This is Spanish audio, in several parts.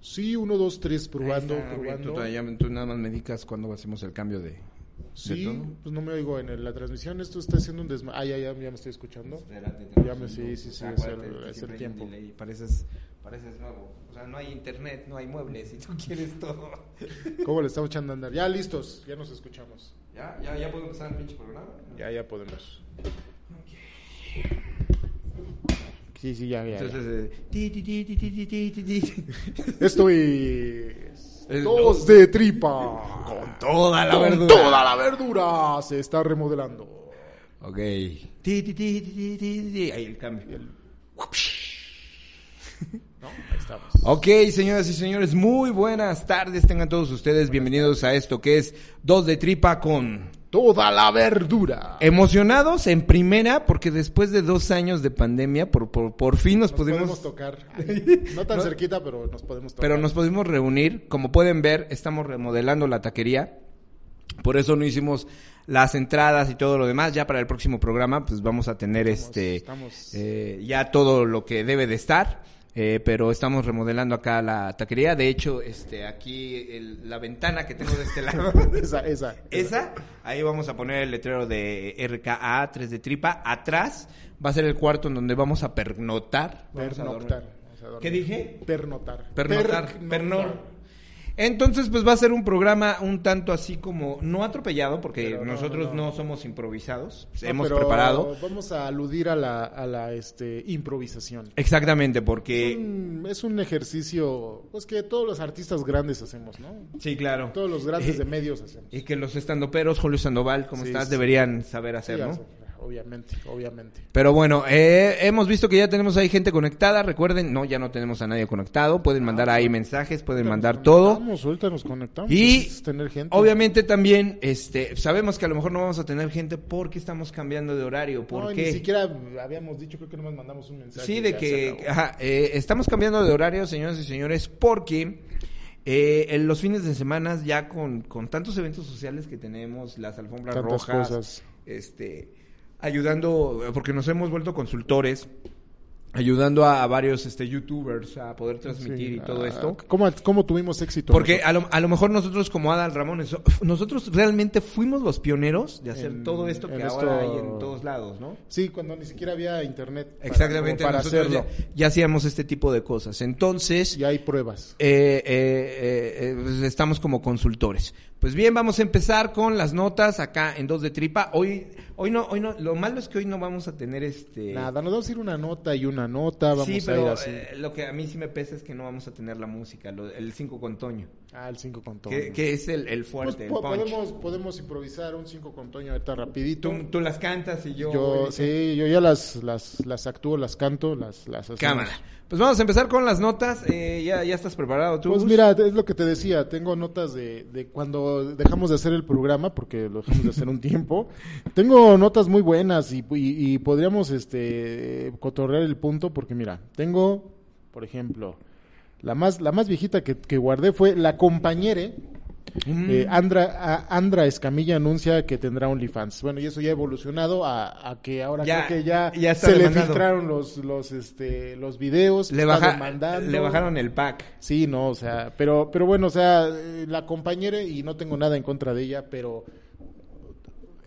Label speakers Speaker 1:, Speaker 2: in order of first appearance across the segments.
Speaker 1: Sí, uno, dos, tres, probando,
Speaker 2: Ahí está, güey,
Speaker 1: probando.
Speaker 2: Tú, todavía- tú nada más me indicas cuándo hacemos el cambio de.
Speaker 1: Sí,
Speaker 2: todo?
Speaker 1: pues no me oigo en el- la transmisión. Esto está haciendo un desma... Ah, ya, ya, ya me estoy escuchando.
Speaker 2: Espérate,
Speaker 1: Ya me- sí, sí,
Speaker 2: o
Speaker 1: sí,
Speaker 2: sea,
Speaker 1: es el-
Speaker 2: Ah, acuérdate que
Speaker 1: es el
Speaker 2: siempre hay
Speaker 1: tiempo.
Speaker 2: un delay, Pareces, pareces nuevo. O sea, no hay internet, no hay muebles y tú quieres todo.
Speaker 1: ¿Cómo le estamos echando a andar? Ya listos, ya nos escuchamos.
Speaker 2: ¿Ya? ¿Ya, ya puedo empezar el pinche programa?
Speaker 1: Ya, ya podemos. Sí, sí, ya, ya. ya.
Speaker 2: Entonces, eh, ti, ti, ti, ti, ti, ti, ti, ti, ti.
Speaker 1: Esto es.
Speaker 2: Es
Speaker 1: Dos
Speaker 2: dos.
Speaker 1: de tripa. Con
Speaker 2: toda la verdura.
Speaker 1: toda la verdura se está remodelando.
Speaker 2: Ok. Ti, ti, ti, ti, ti, ti, ti. Ahí el cambio.
Speaker 1: No, ahí estamos.
Speaker 2: Ok, señoras y señores, muy buenas tardes tengan todos ustedes. Bienvenidos a esto que es Dos de Tripa con
Speaker 1: Toda la verdura.
Speaker 2: Emocionados en primera, porque después de dos años de pandemia, por, por, por fin nos,
Speaker 1: Nos
Speaker 2: pudimos.
Speaker 1: podemos tocar. No tan cerquita, pero nos podemos tocar.
Speaker 2: pero nos pudimos reunir. Como pueden ver, estamos remodelando la taquería. Por eso no hicimos las entradas y todo lo demás. Ya para el próximo programa, pues vamos a tener este.
Speaker 1: estamos-
Speaker 2: eh, ya todo lo que debe de estar. eh, pero estamos remodelando acá la taquería. De hecho, este, aquí el- la ventana que tengo de este lado.
Speaker 1: Esa, esa.
Speaker 2: Esa, ahí vamos a poner el letrero de RKA 3 de tripa. Atrás va a ser el cuarto en donde vamos a pernotar. Vamos a dormir.
Speaker 1: Pernoctar. Vamos a dormir.
Speaker 2: ¿Qué dije?
Speaker 1: Pernotar.
Speaker 2: Pernotar. Pernor. Entonces, pues va a ser un programa un tanto así como, no atropellado, porque
Speaker 1: Pero no,
Speaker 2: nosotros
Speaker 1: no,
Speaker 2: no, somos improvisados.
Speaker 1: No,
Speaker 2: Hemos
Speaker 1: pero
Speaker 2: preparado.
Speaker 1: Vamos a aludir a la, a la este, improvisación.
Speaker 2: Exactamente,
Speaker 1: Es
Speaker 2: porque.
Speaker 1: un, es un ejercicio pues, que todos los artistas grandes hacemos, ¿no?
Speaker 2: Sí, claro.
Speaker 1: Todos los
Speaker 2: Eh,
Speaker 1: grandes de medios hacemos.
Speaker 2: Y que los estandoperos, Julio Sandoval, como
Speaker 1: Sí,
Speaker 2: estás,
Speaker 1: sí.
Speaker 2: deberían saber hacer,
Speaker 1: Sí,
Speaker 2: ¿no?
Speaker 1: hace- Obviamente, obviamente.
Speaker 2: Pero bueno, eh, hemos visto que ya tenemos ahí gente conectada. Recuerden, no, ya no tenemos a nadie conectado. Pueden mandar ahí mensajes, pueden mandar todo.
Speaker 1: Vamos, ahorita nos conectamos.
Speaker 2: Y
Speaker 1: es tener gente.
Speaker 2: obviamente también, este, sabemos que a lo mejor no vamos a tener gente porque estamos cambiando de horario.
Speaker 1: No,
Speaker 2: ¿Por
Speaker 1: y
Speaker 2: qué?
Speaker 1: ni siquiera habíamos dicho, creo que nomás mandamos un mensaje.
Speaker 2: Sí,
Speaker 1: y
Speaker 2: de
Speaker 1: ya se
Speaker 2: que
Speaker 1: acabó.
Speaker 2: ajá, eh, estamos cambiando de horario, señoras y señores, porque eh, en los fines de semana ya con, con tantos eventos sociales que tenemos, las alfombras
Speaker 1: Tantas
Speaker 2: rojas,
Speaker 1: cosas.
Speaker 2: este, ayudando, porque nos hemos vuelto consultores, ayudando a, a varios este, youtubers a poder transmitir
Speaker 1: Sí,
Speaker 2: y todo
Speaker 1: ah,
Speaker 2: esto.
Speaker 1: ¿Cómo, cómo tuvimos éxito?
Speaker 2: Porque
Speaker 1: nosotros?
Speaker 2: a lo, a lo mejor nosotros como Adal Ramones, so- nosotros realmente fuimos los pioneros de hacer
Speaker 1: En-
Speaker 2: todo esto que
Speaker 1: en
Speaker 2: ahora
Speaker 1: esto-
Speaker 2: hay en todos lados, ¿no?
Speaker 1: Sí, cuando ni siquiera había internet. para-
Speaker 2: Exactamente,
Speaker 1: como Para,
Speaker 2: nosotros
Speaker 1: hacerlo.
Speaker 2: Ya, ya hacíamos este tipo de cosas. Entonces,
Speaker 1: Y hay pruebas.
Speaker 2: eh, eh, eh, eh, pues estamos como consultores. Pues bien, vamos a empezar con las notas acá en Dos de Tripa. Hoy, hoy no, hoy no, lo malo es que hoy no vamos a tener este.
Speaker 1: Nada, nos vamos a ir una nota y una nota. Vamos
Speaker 2: sí,
Speaker 1: a ir
Speaker 2: pero
Speaker 1: así.
Speaker 2: eh, lo que a mí sí me pesa es que no vamos a tener la música, lo- el 5 con Toño,
Speaker 1: ah, el 5 con Toño.
Speaker 2: que, que es el, el
Speaker 1: Pues,
Speaker 2: fuerte,
Speaker 1: po-
Speaker 2: el punch.
Speaker 1: podemos, podemos improvisar un 5 con Toño ahorita rapidito.
Speaker 2: Tú, tú las cantas y yo.
Speaker 1: yo, sí, yo ya las, las, las actúo, las canto, las, las hacemos.
Speaker 2: Cámara. Pues vamos a empezar con las notas. Eh, ya, ya estás preparado tú.
Speaker 1: Pues
Speaker 2: Gus?
Speaker 1: mira, es lo que te decía, tengo notas de, de cuando dejamos de hacer el programa, porque lo dejamos de hacer un tiempo, tengo notas muy buenas y, y- y podríamos este cotorrear el punto, porque mira, tengo, por ejemplo, la más, la más viejita que, que guardé fue La Compañere,
Speaker 2: Mm.
Speaker 1: eh, Andra, a- Andra Escamilla anuncia que tendrá OnlyFans. Bueno, y eso ya ha evolucionado a, a que ahora
Speaker 2: Ya-
Speaker 1: creo que ya,
Speaker 2: ya está
Speaker 1: se le
Speaker 2: demandado.
Speaker 1: filtraron los, los, este, los videos.
Speaker 2: le,
Speaker 1: está
Speaker 2: baja-
Speaker 1: demandando.
Speaker 2: le bajaron el pack.
Speaker 1: Sí, no, o sea, pero, pero bueno, o sea, eh, la compañera y no tengo nada en contra de ella, pero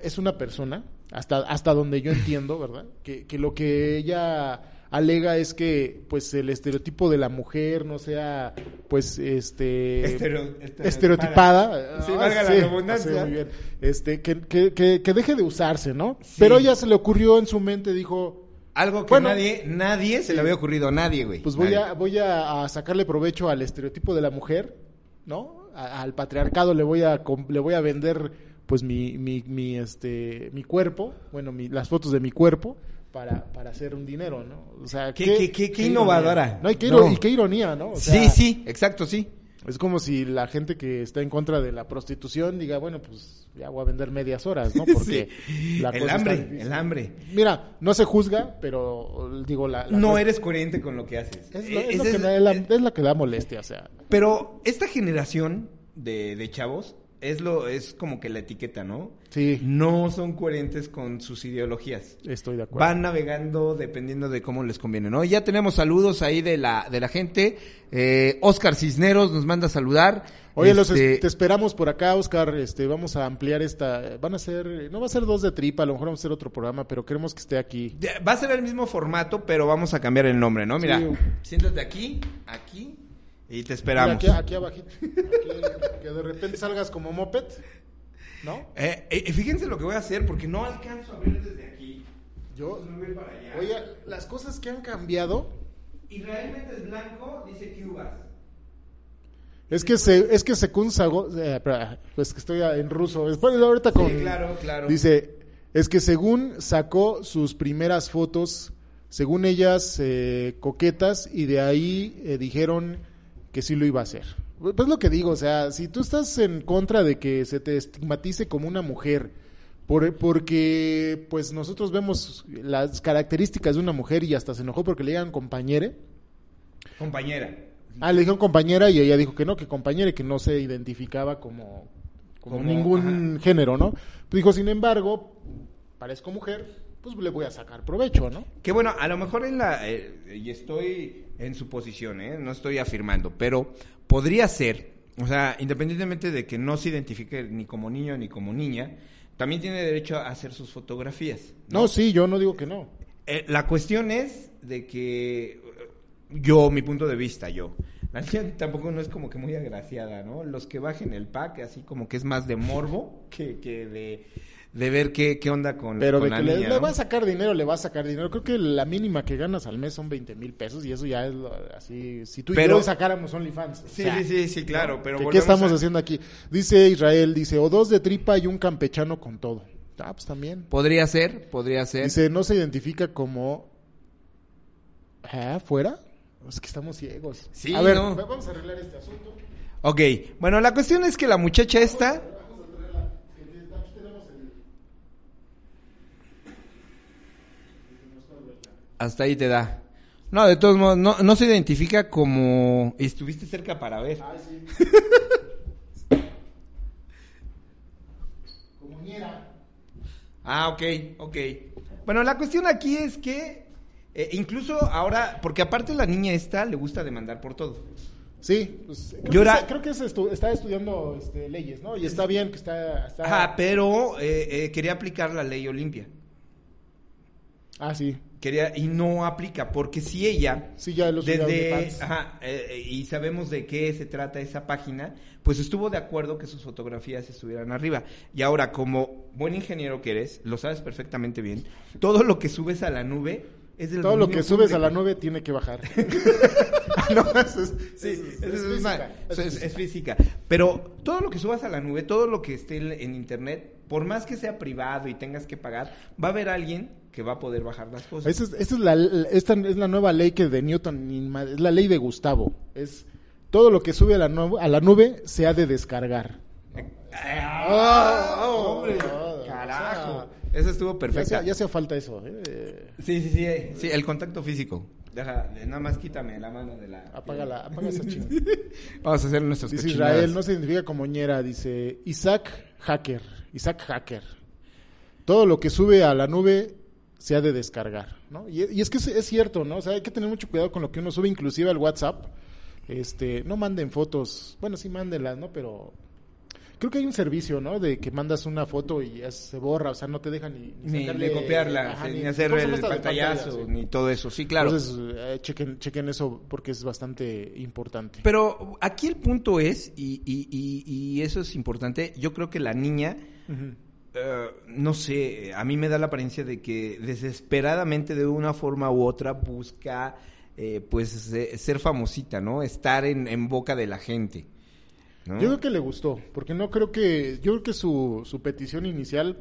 Speaker 1: es una persona, hasta, hasta donde yo entiendo, ¿verdad? Que, que lo que ella alega es que, pues, el estereotipo de la mujer no sea, pues, este...
Speaker 2: Estero- estereotipada.
Speaker 1: estereotipada.
Speaker 2: Sí,
Speaker 1: Ah,
Speaker 2: valga la
Speaker 1: sí,
Speaker 2: redundancia.
Speaker 1: sí, muy bien. Este, que, que, que, que deje de usarse, ¿no?
Speaker 2: Sí.
Speaker 1: Pero ella se le ocurrió en su mente, dijo,
Speaker 2: Algo que
Speaker 1: Bueno.
Speaker 2: nadie, nadie se le había ocurrido, nadie, güey.
Speaker 1: Pues voy,
Speaker 2: Nadie.
Speaker 1: a, voy a, a sacarle provecho al estereotipo de la mujer, ¿no? A- al patriarcado le voy a com- le voy a vender pues mi, mi, mi, este mi cuerpo, bueno, mi- las fotos de mi cuerpo para, para hacer un dinero, ¿no? O sea,
Speaker 2: Qué- qué- qué- qué innovadora.
Speaker 1: ironía. No, y qué,
Speaker 2: No.
Speaker 1: iro- y qué ironía, ¿no? O
Speaker 2: sí,
Speaker 1: sea,
Speaker 2: sí, exacto, sí.
Speaker 1: Es como si la gente que está en contra de la prostitución diga, bueno, pues ya voy a vender medias horas, ¿no? Porque
Speaker 2: Sí.
Speaker 1: la cosa
Speaker 2: el
Speaker 1: está
Speaker 2: hambre,
Speaker 1: difícil.
Speaker 2: el hambre.
Speaker 1: Mira, no se juzga, pero digo la, la
Speaker 2: No
Speaker 1: cuestión-
Speaker 2: eres coherente con lo que haces.
Speaker 1: es, lo-
Speaker 2: Eh,
Speaker 1: es lo
Speaker 2: ese
Speaker 1: que
Speaker 2: es-
Speaker 1: da- es la,
Speaker 2: eh,
Speaker 1: es la que da molestia, o sea.
Speaker 2: Pero esta generación de, de chavos, es lo es como que la etiqueta, ¿no?
Speaker 1: Sí,
Speaker 2: No son coherentes con sus ideologías.
Speaker 1: estoy de acuerdo.
Speaker 2: Van navegando dependiendo de cómo les conviene, ¿no? Y ya tenemos saludos ahí de la de la gente. Eh, Oscar Cisneros nos manda a saludar.
Speaker 1: Oye, los
Speaker 2: Este,
Speaker 1: es- te esperamos por acá, Oscar. Este, vamos a ampliar esta. Van a ser, no va a ser dos de tripa, a lo mejor vamos a hacer otro programa, pero queremos que esté aquí.
Speaker 2: Ya, Va a ser el mismo formato, pero vamos a cambiar el nombre, ¿no? Mira,
Speaker 1: Sí.
Speaker 2: siéntate aquí, aquí y te
Speaker 1: Mira,
Speaker 2: esperamos.
Speaker 1: aquí, aquí abajito, Aquí, que de repente salgas como moped, ¿no?
Speaker 2: Eh, eh, fíjense lo que voy a hacer porque no alcanzo a ver desde aquí.
Speaker 1: Yo,
Speaker 2: Entonces me voy para allá.
Speaker 1: oye, las cosas que han cambiado
Speaker 2: Israel Méndez Blanco dice Cubas.
Speaker 1: es que se, es que Sekun Sago, eh, espera, pues que estoy en ruso. Después ahorita con,
Speaker 2: claro, claro.
Speaker 1: Dice, es que según sacó sus primeras fotos, según ellas eh, coquetas, y de ahí eh, dijeron que sí lo iba a hacer. Pues es lo que digo, o sea, si tú estás en contra de que se te estigmatice como una mujer, por- porque pues nosotros vemos las características de una mujer y hasta se enojó porque le digan compañere.
Speaker 2: Compañera.
Speaker 1: Ah, le dijeron compañera y ella dijo que no, que compañera y que no se identificaba como, como,
Speaker 2: Como,
Speaker 1: ningún género, ¿no? Pues dijo, sin embargo, parezco mujer, pues le voy a sacar provecho, ¿no?
Speaker 2: Que bueno, a lo mejor en la. eh, y estoy en su posición, ¿eh? No estoy afirmando, pero podría ser. O sea, independientemente de que no se identifique ni como niño ni como niña, también tiene derecho a hacer sus fotografías.
Speaker 1: No, sí, yo no digo que no.
Speaker 2: Eh, la cuestión es de que eh, yo, mi punto de vista, yo. La niña tampoco no es como que muy agraciada, ¿no? Los que bajen el pack, así como que es más de morbo que, que de, de ver qué, qué onda con,
Speaker 1: Pero de
Speaker 2: con la
Speaker 1: que le,
Speaker 2: niña,
Speaker 1: le
Speaker 2: ¿no?
Speaker 1: va a sacar dinero, le va a sacar dinero. Creo que la mínima que ganas al mes son 20 mil pesos y eso ya es lo- así. Si tú y
Speaker 2: Pero-
Speaker 1: yo sacáramos OnlyFans. o
Speaker 2: Sí,
Speaker 1: sea,
Speaker 2: sí, sí, sí, claro, pero
Speaker 1: ¿Qué, qué
Speaker 2: volvemos
Speaker 1: estamos
Speaker 2: a-
Speaker 1: haciendo aquí? Dice Israel, dice, o dos de tripa y un campechano con todo. Ah, pues también.
Speaker 2: Podría ser, podría ser.
Speaker 1: Dice, no se identifica como... ¿Ah, fuera? Es que estamos ciegos.
Speaker 2: Sí,
Speaker 1: a ver,
Speaker 2: no.
Speaker 1: vamos a arreglar este asunto.
Speaker 2: Ok, bueno, la cuestión es que la muchacha esta...
Speaker 1: Vamos a traer la... Aquí tenemos el...
Speaker 2: Hasta ahí te da. No, de todos modos, no, no se identifica como... Estuviste cerca para ver.
Speaker 1: Ay, sí. como ñera.
Speaker 2: Ah, ok, ok. Bueno, la cuestión aquí es que... eh, incluso ahora, porque aparte la niña esta le gusta demandar por todo.
Speaker 1: Sí, pues, creo,
Speaker 2: Yo
Speaker 1: que,
Speaker 2: era-
Speaker 1: está- creo que es estu- está estudiando este, leyes, ¿no? Y está bien que está... está-
Speaker 2: Ajá, Ah, pero eh, eh, quería aplicar la ley Olimpia.
Speaker 1: Ah, sí.
Speaker 2: Quería, y no aplica, porque si ella...
Speaker 1: Sí, ya los
Speaker 2: desde, ajá, eh, eh, y sabemos de qué se trata esa página, pues estuvo de acuerdo que sus fotografías estuvieran arriba. Y ahora, como buen ingeniero que eres, lo sabes perfectamente bien, todo lo que subes a la nube es del
Speaker 1: Todo lo
Speaker 2: dominio
Speaker 1: que subes
Speaker 2: público.
Speaker 1: a la nube tiene que bajar.
Speaker 2: Ah, no, eso es, sí,
Speaker 1: Eso es-
Speaker 2: eso
Speaker 1: es
Speaker 2: es
Speaker 1: física,
Speaker 2: una-
Speaker 1: es
Speaker 2: eso es- es física. Pero todo lo que subas a la nube, todo lo que esté en- en internet, por más que sea privado y tengas que pagar, va a haber alguien que va a poder bajar las cosas.
Speaker 1: Esa es, esa es la, esta es la nueva ley que de Newton, ni ma- es la ley de Gustavo. Es todo lo que sube a la, nu- a la nube se ha de descargar.
Speaker 2: Eh, Ah,
Speaker 1: Ah,
Speaker 2: hombre,
Speaker 1: ah,
Speaker 2: carajo.
Speaker 1: o
Speaker 2: Eso estuvo
Speaker 1: Ya
Speaker 2: perfecto.
Speaker 1: hacía, ya hacía falta eso. ¿eh?
Speaker 2: Sí, sí, sí, eh, sí, el contacto físico. Deja, de- nada más quítame la mano de la.
Speaker 1: Apágala, apaga esa chingada.
Speaker 2: Vamos a hacer nuestros
Speaker 1: Dice Israel, no se identifica como ñera, dice Isaac Hacker. Isaac Hacker. Todo lo que sube a la nube se ha de descargar, ¿no? Y, y es que es, es cierto, ¿no? O sea, hay que tener mucho cuidado con lo que uno sube, inclusive al WhatsApp. Este, no manden fotos, bueno, sí mándenlas, ¿no? Pero creo que hay un servicio, ¿no? De que mandas una foto y ya se borra, o sea, no te dejan ni,
Speaker 2: Ni,
Speaker 1: sacarle-
Speaker 2: ni copiarla,
Speaker 1: ajá,
Speaker 2: sí, ni,
Speaker 1: ni-
Speaker 2: hacer
Speaker 1: ¿cómo se
Speaker 2: el
Speaker 1: llama esta de
Speaker 2: pantallazo,
Speaker 1: pantalla? Sí.
Speaker 2: ni todo eso. Sí, claro.
Speaker 1: Entonces, eh, chequen, chequen eso porque es bastante importante.
Speaker 2: Pero aquí el punto es, y, y- y- y eso es importante, yo creo que la niña,
Speaker 1: Ujú.
Speaker 2: eh, no sé, a mí me da la apariencia de que desesperadamente de una forma u otra busca eh, pues eh, ser famosita, ¿no? Estar en, en boca de la gente. ¿no?
Speaker 1: Yo creo que le gustó, porque no creo que, yo creo que su, su petición inicial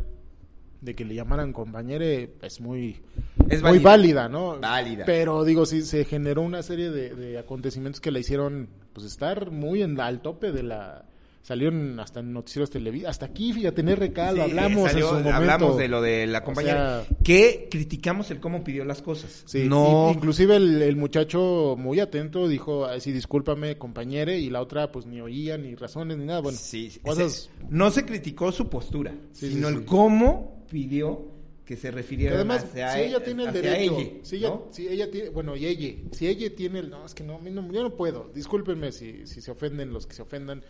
Speaker 1: de que le llamaran compañere es muy,
Speaker 2: Es
Speaker 1: muy
Speaker 2: válida.
Speaker 1: válida, ¿no?
Speaker 2: Válida.
Speaker 1: Pero digo, sí, se generó una serie de, de acontecimientos que la hicieron pues estar muy en la- al tope de la salieron hasta en noticieros televisión, hasta aquí, fíjate, en RK lo hablamos
Speaker 2: salió-
Speaker 1: en su momento.
Speaker 2: Hablamos de lo de la
Speaker 1: O
Speaker 2: compañera.
Speaker 1: sea-
Speaker 2: que criticamos el cómo pidió las cosas.
Speaker 1: Sí,
Speaker 2: no.
Speaker 1: in- inclusive el, el muchacho muy atento dijo, así discúlpame compañere, y la otra pues ni oía, ni razones, ni nada, bueno,
Speaker 2: Sí, sí,
Speaker 1: cosas...
Speaker 2: ese- no se criticó su postura,
Speaker 1: Sí,
Speaker 2: sino
Speaker 1: sí,
Speaker 2: el
Speaker 1: sí.
Speaker 2: cómo pidió que se
Speaker 1: que
Speaker 2: refirieran
Speaker 1: además,
Speaker 2: hacia E-
Speaker 1: si ella tiene el
Speaker 2: hacia
Speaker 1: derecho,
Speaker 2: ella,
Speaker 1: si, ella,
Speaker 2: ¿no?
Speaker 1: si ella tiene, bueno, y ella, si ella tiene el, no, es que no, a mí no- yo no puedo, discúlpenme si, si se ofenden los que se ofendan,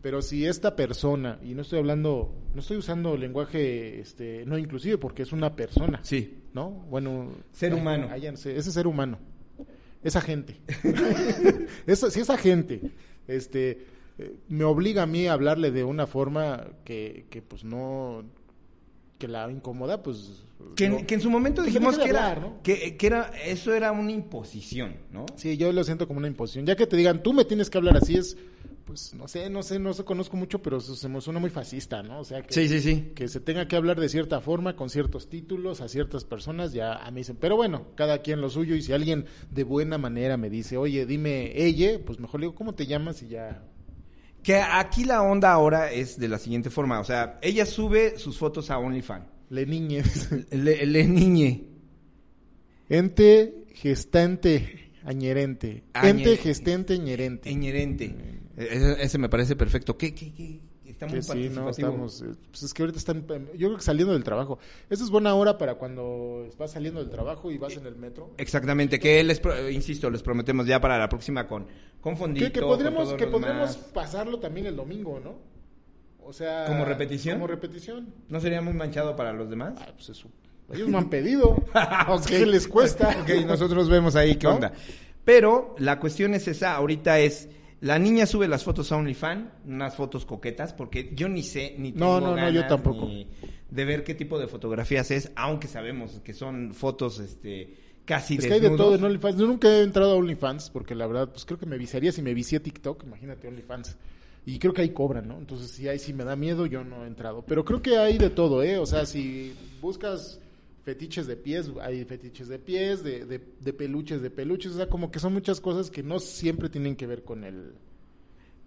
Speaker 1: pero si esta persona, y no estoy hablando, no estoy usando lenguaje este, no inclusive porque es una persona,
Speaker 2: Sí.
Speaker 1: ¿no? Bueno,
Speaker 2: Ser
Speaker 1: ay,
Speaker 2: humano.
Speaker 1: ay, ya no sé, ese ser humano. Esa gente. esa, si esa gente este, eh, me obliga a mí a hablarle de una forma que, que pues no que la incomoda, pues
Speaker 2: Que, en-
Speaker 1: no.
Speaker 2: que en su momento
Speaker 1: Pues
Speaker 2: dijimos
Speaker 1: deja
Speaker 2: que
Speaker 1: de
Speaker 2: era,
Speaker 1: hablar, ¿no?
Speaker 2: que, que era eso era una imposición, ¿no?
Speaker 1: Sí, yo lo siento como una imposición. Ya que te digan, tú me tienes que hablar así, es, pues, no sé, no sé, no se conozco mucho, pero eso se me suena muy fascista, ¿no? O sea, que,
Speaker 2: sí, sí.
Speaker 1: que se tenga que hablar de cierta forma, con ciertos títulos, a ciertas personas, ya a mí dicen, pero bueno, cada quien lo suyo, y si alguien de buena manera me dice, oye, dime ella, pues mejor le digo, ¿cómo te llamas? Y ya.
Speaker 2: Que aquí la onda ahora es de la siguiente forma, o sea, ella sube sus fotos a OnlyFans.
Speaker 1: Le niñes.
Speaker 2: Le, le niñe.
Speaker 1: Ente gestante añerente.
Speaker 2: Añere-
Speaker 1: Ente gestante añerente.
Speaker 2: Eñerente. Ese, E-, ese me parece perfecto. ¿Qué, qué, qué? Está muy
Speaker 1: Que sí, no,
Speaker 2: participativo.
Speaker 1: estamos. eh, Pues es que ahorita están. eh, Yo creo que saliendo del trabajo. Esa es buena hora para cuando vas saliendo del trabajo y vas en el metro.
Speaker 2: Exactamente, que les, pro- insisto, les prometemos ya para la próxima con, con fondito.
Speaker 1: Que, que
Speaker 2: con
Speaker 1: podremos,
Speaker 2: todo
Speaker 1: que
Speaker 2: lo
Speaker 1: podremos
Speaker 2: demás.
Speaker 1: pasarlo también el domingo, ¿no? O sea.
Speaker 2: ¿Como repetición?
Speaker 1: Como repetición.
Speaker 2: ¿No sería muy manchado para los demás?
Speaker 1: Ah, pues eso. Ellos me han pedido. Es que les cuesta.
Speaker 2: Ok, nosotros vemos ahí qué
Speaker 1: ¿No?
Speaker 2: onda. Pero la cuestión es esa, ahorita es, la niña sube las fotos a OnlyFans, unas fotos coquetas, porque yo ni sé, ni tengo
Speaker 1: No, no, no,
Speaker 2: ganas
Speaker 1: yo tampoco.
Speaker 2: ni de ver qué tipo de fotografías es, aunque sabemos que son fotos este casi
Speaker 1: Es que hay de todo en
Speaker 2: desnudos.
Speaker 1: OnlyFans. Yo nunca he entrado a OnlyFans porque la verdad, pues creo que me viciaría si me vicié TikTok. Imagínate OnlyFans. Y creo que ahí cobran, ¿no? Entonces, si ahí sí me da miedo, yo no he entrado. Pero creo que hay de todo, ¿eh? O sea, si buscas fetiches de pies, hay fetiches de pies, de, de, de peluches, de peluches. O sea, como que son muchas cosas que no siempre tienen que ver con el.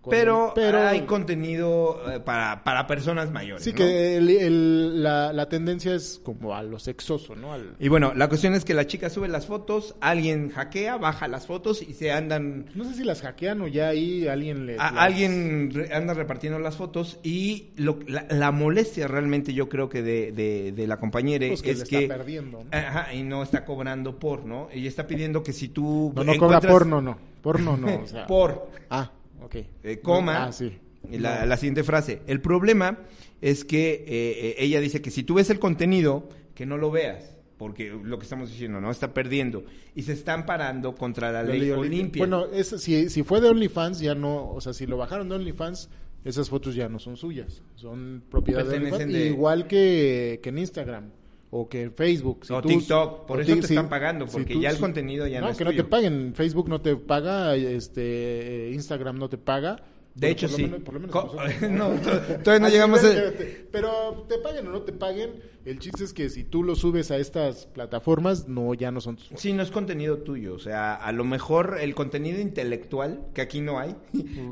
Speaker 1: con
Speaker 2: pero,
Speaker 1: el-
Speaker 2: hay contenido eh, para, para personas mayores.
Speaker 1: eh, Sí,
Speaker 2: ¿no?
Speaker 1: que el- el- la, la tendencia es como a lo sexoso, ¿no? Al-
Speaker 2: Y bueno, la cuestión es que la chica sube las fotos, alguien hackea, baja las fotos y se andan
Speaker 1: No sé si las hackean o ya ahí alguien le.
Speaker 2: A-
Speaker 1: Eh, las-
Speaker 2: alguien re- anda repartiendo las fotos y lo- la, la molestia realmente yo creo que de, de- de la compañera
Speaker 1: Pues que
Speaker 2: es
Speaker 1: le
Speaker 2: que... ah,
Speaker 1: está perdiendo. ¿no?
Speaker 2: Ajá, y no está cobrando por, ¿no? Ella está pidiendo que si tú...
Speaker 1: No, no cobra
Speaker 2: encuentras-
Speaker 1: porno, no. Porno, no. O sea,
Speaker 2: Por.
Speaker 1: Ah, ok.
Speaker 2: eh, coma.
Speaker 1: Ah, sí.
Speaker 2: Y La, la siguiente frase. El problema es que eh, eh, ella dice que si tú ves el contenido, que no lo veas. Porque lo que estamos diciendo, ¿no? Está perdiendo. Y se están parando contra la,
Speaker 1: La
Speaker 2: ley,
Speaker 1: ley
Speaker 2: Olimpia.
Speaker 1: Bueno, es, si, si fue de OnlyFans, ya no. O sea, si lo bajaron de OnlyFans, esas fotos ya no son suyas. Son propiedad de
Speaker 2: Pertenecen
Speaker 1: OnlyFans.
Speaker 2: de-
Speaker 1: Igual que, que en Instagram. O que en Facebook. Si
Speaker 2: O
Speaker 1: tú-
Speaker 2: TikTok, por
Speaker 1: o
Speaker 2: eso
Speaker 1: ti-
Speaker 2: te están pagando, porque ya el contenido ya no es
Speaker 1: que
Speaker 2: tuyo.
Speaker 1: no te paguen. Facebook no te paga, este eh, Instagram no te paga.
Speaker 2: De
Speaker 1: Bueno,
Speaker 2: hecho,
Speaker 1: por lo
Speaker 2: sí.
Speaker 1: menos- por lo menos
Speaker 2: Co-
Speaker 1: nosotros,
Speaker 2: no, to- todavía no
Speaker 1: Así,
Speaker 2: llegamos a...
Speaker 1: espérate, espérate. Pero te paguen o no te paguen, el chiste es que si tú lo subes a estas plataformas, no, ya no son tus fotos.
Speaker 2: Sí, no es contenido tuyo, o sea, a lo mejor el contenido intelectual, que aquí no hay,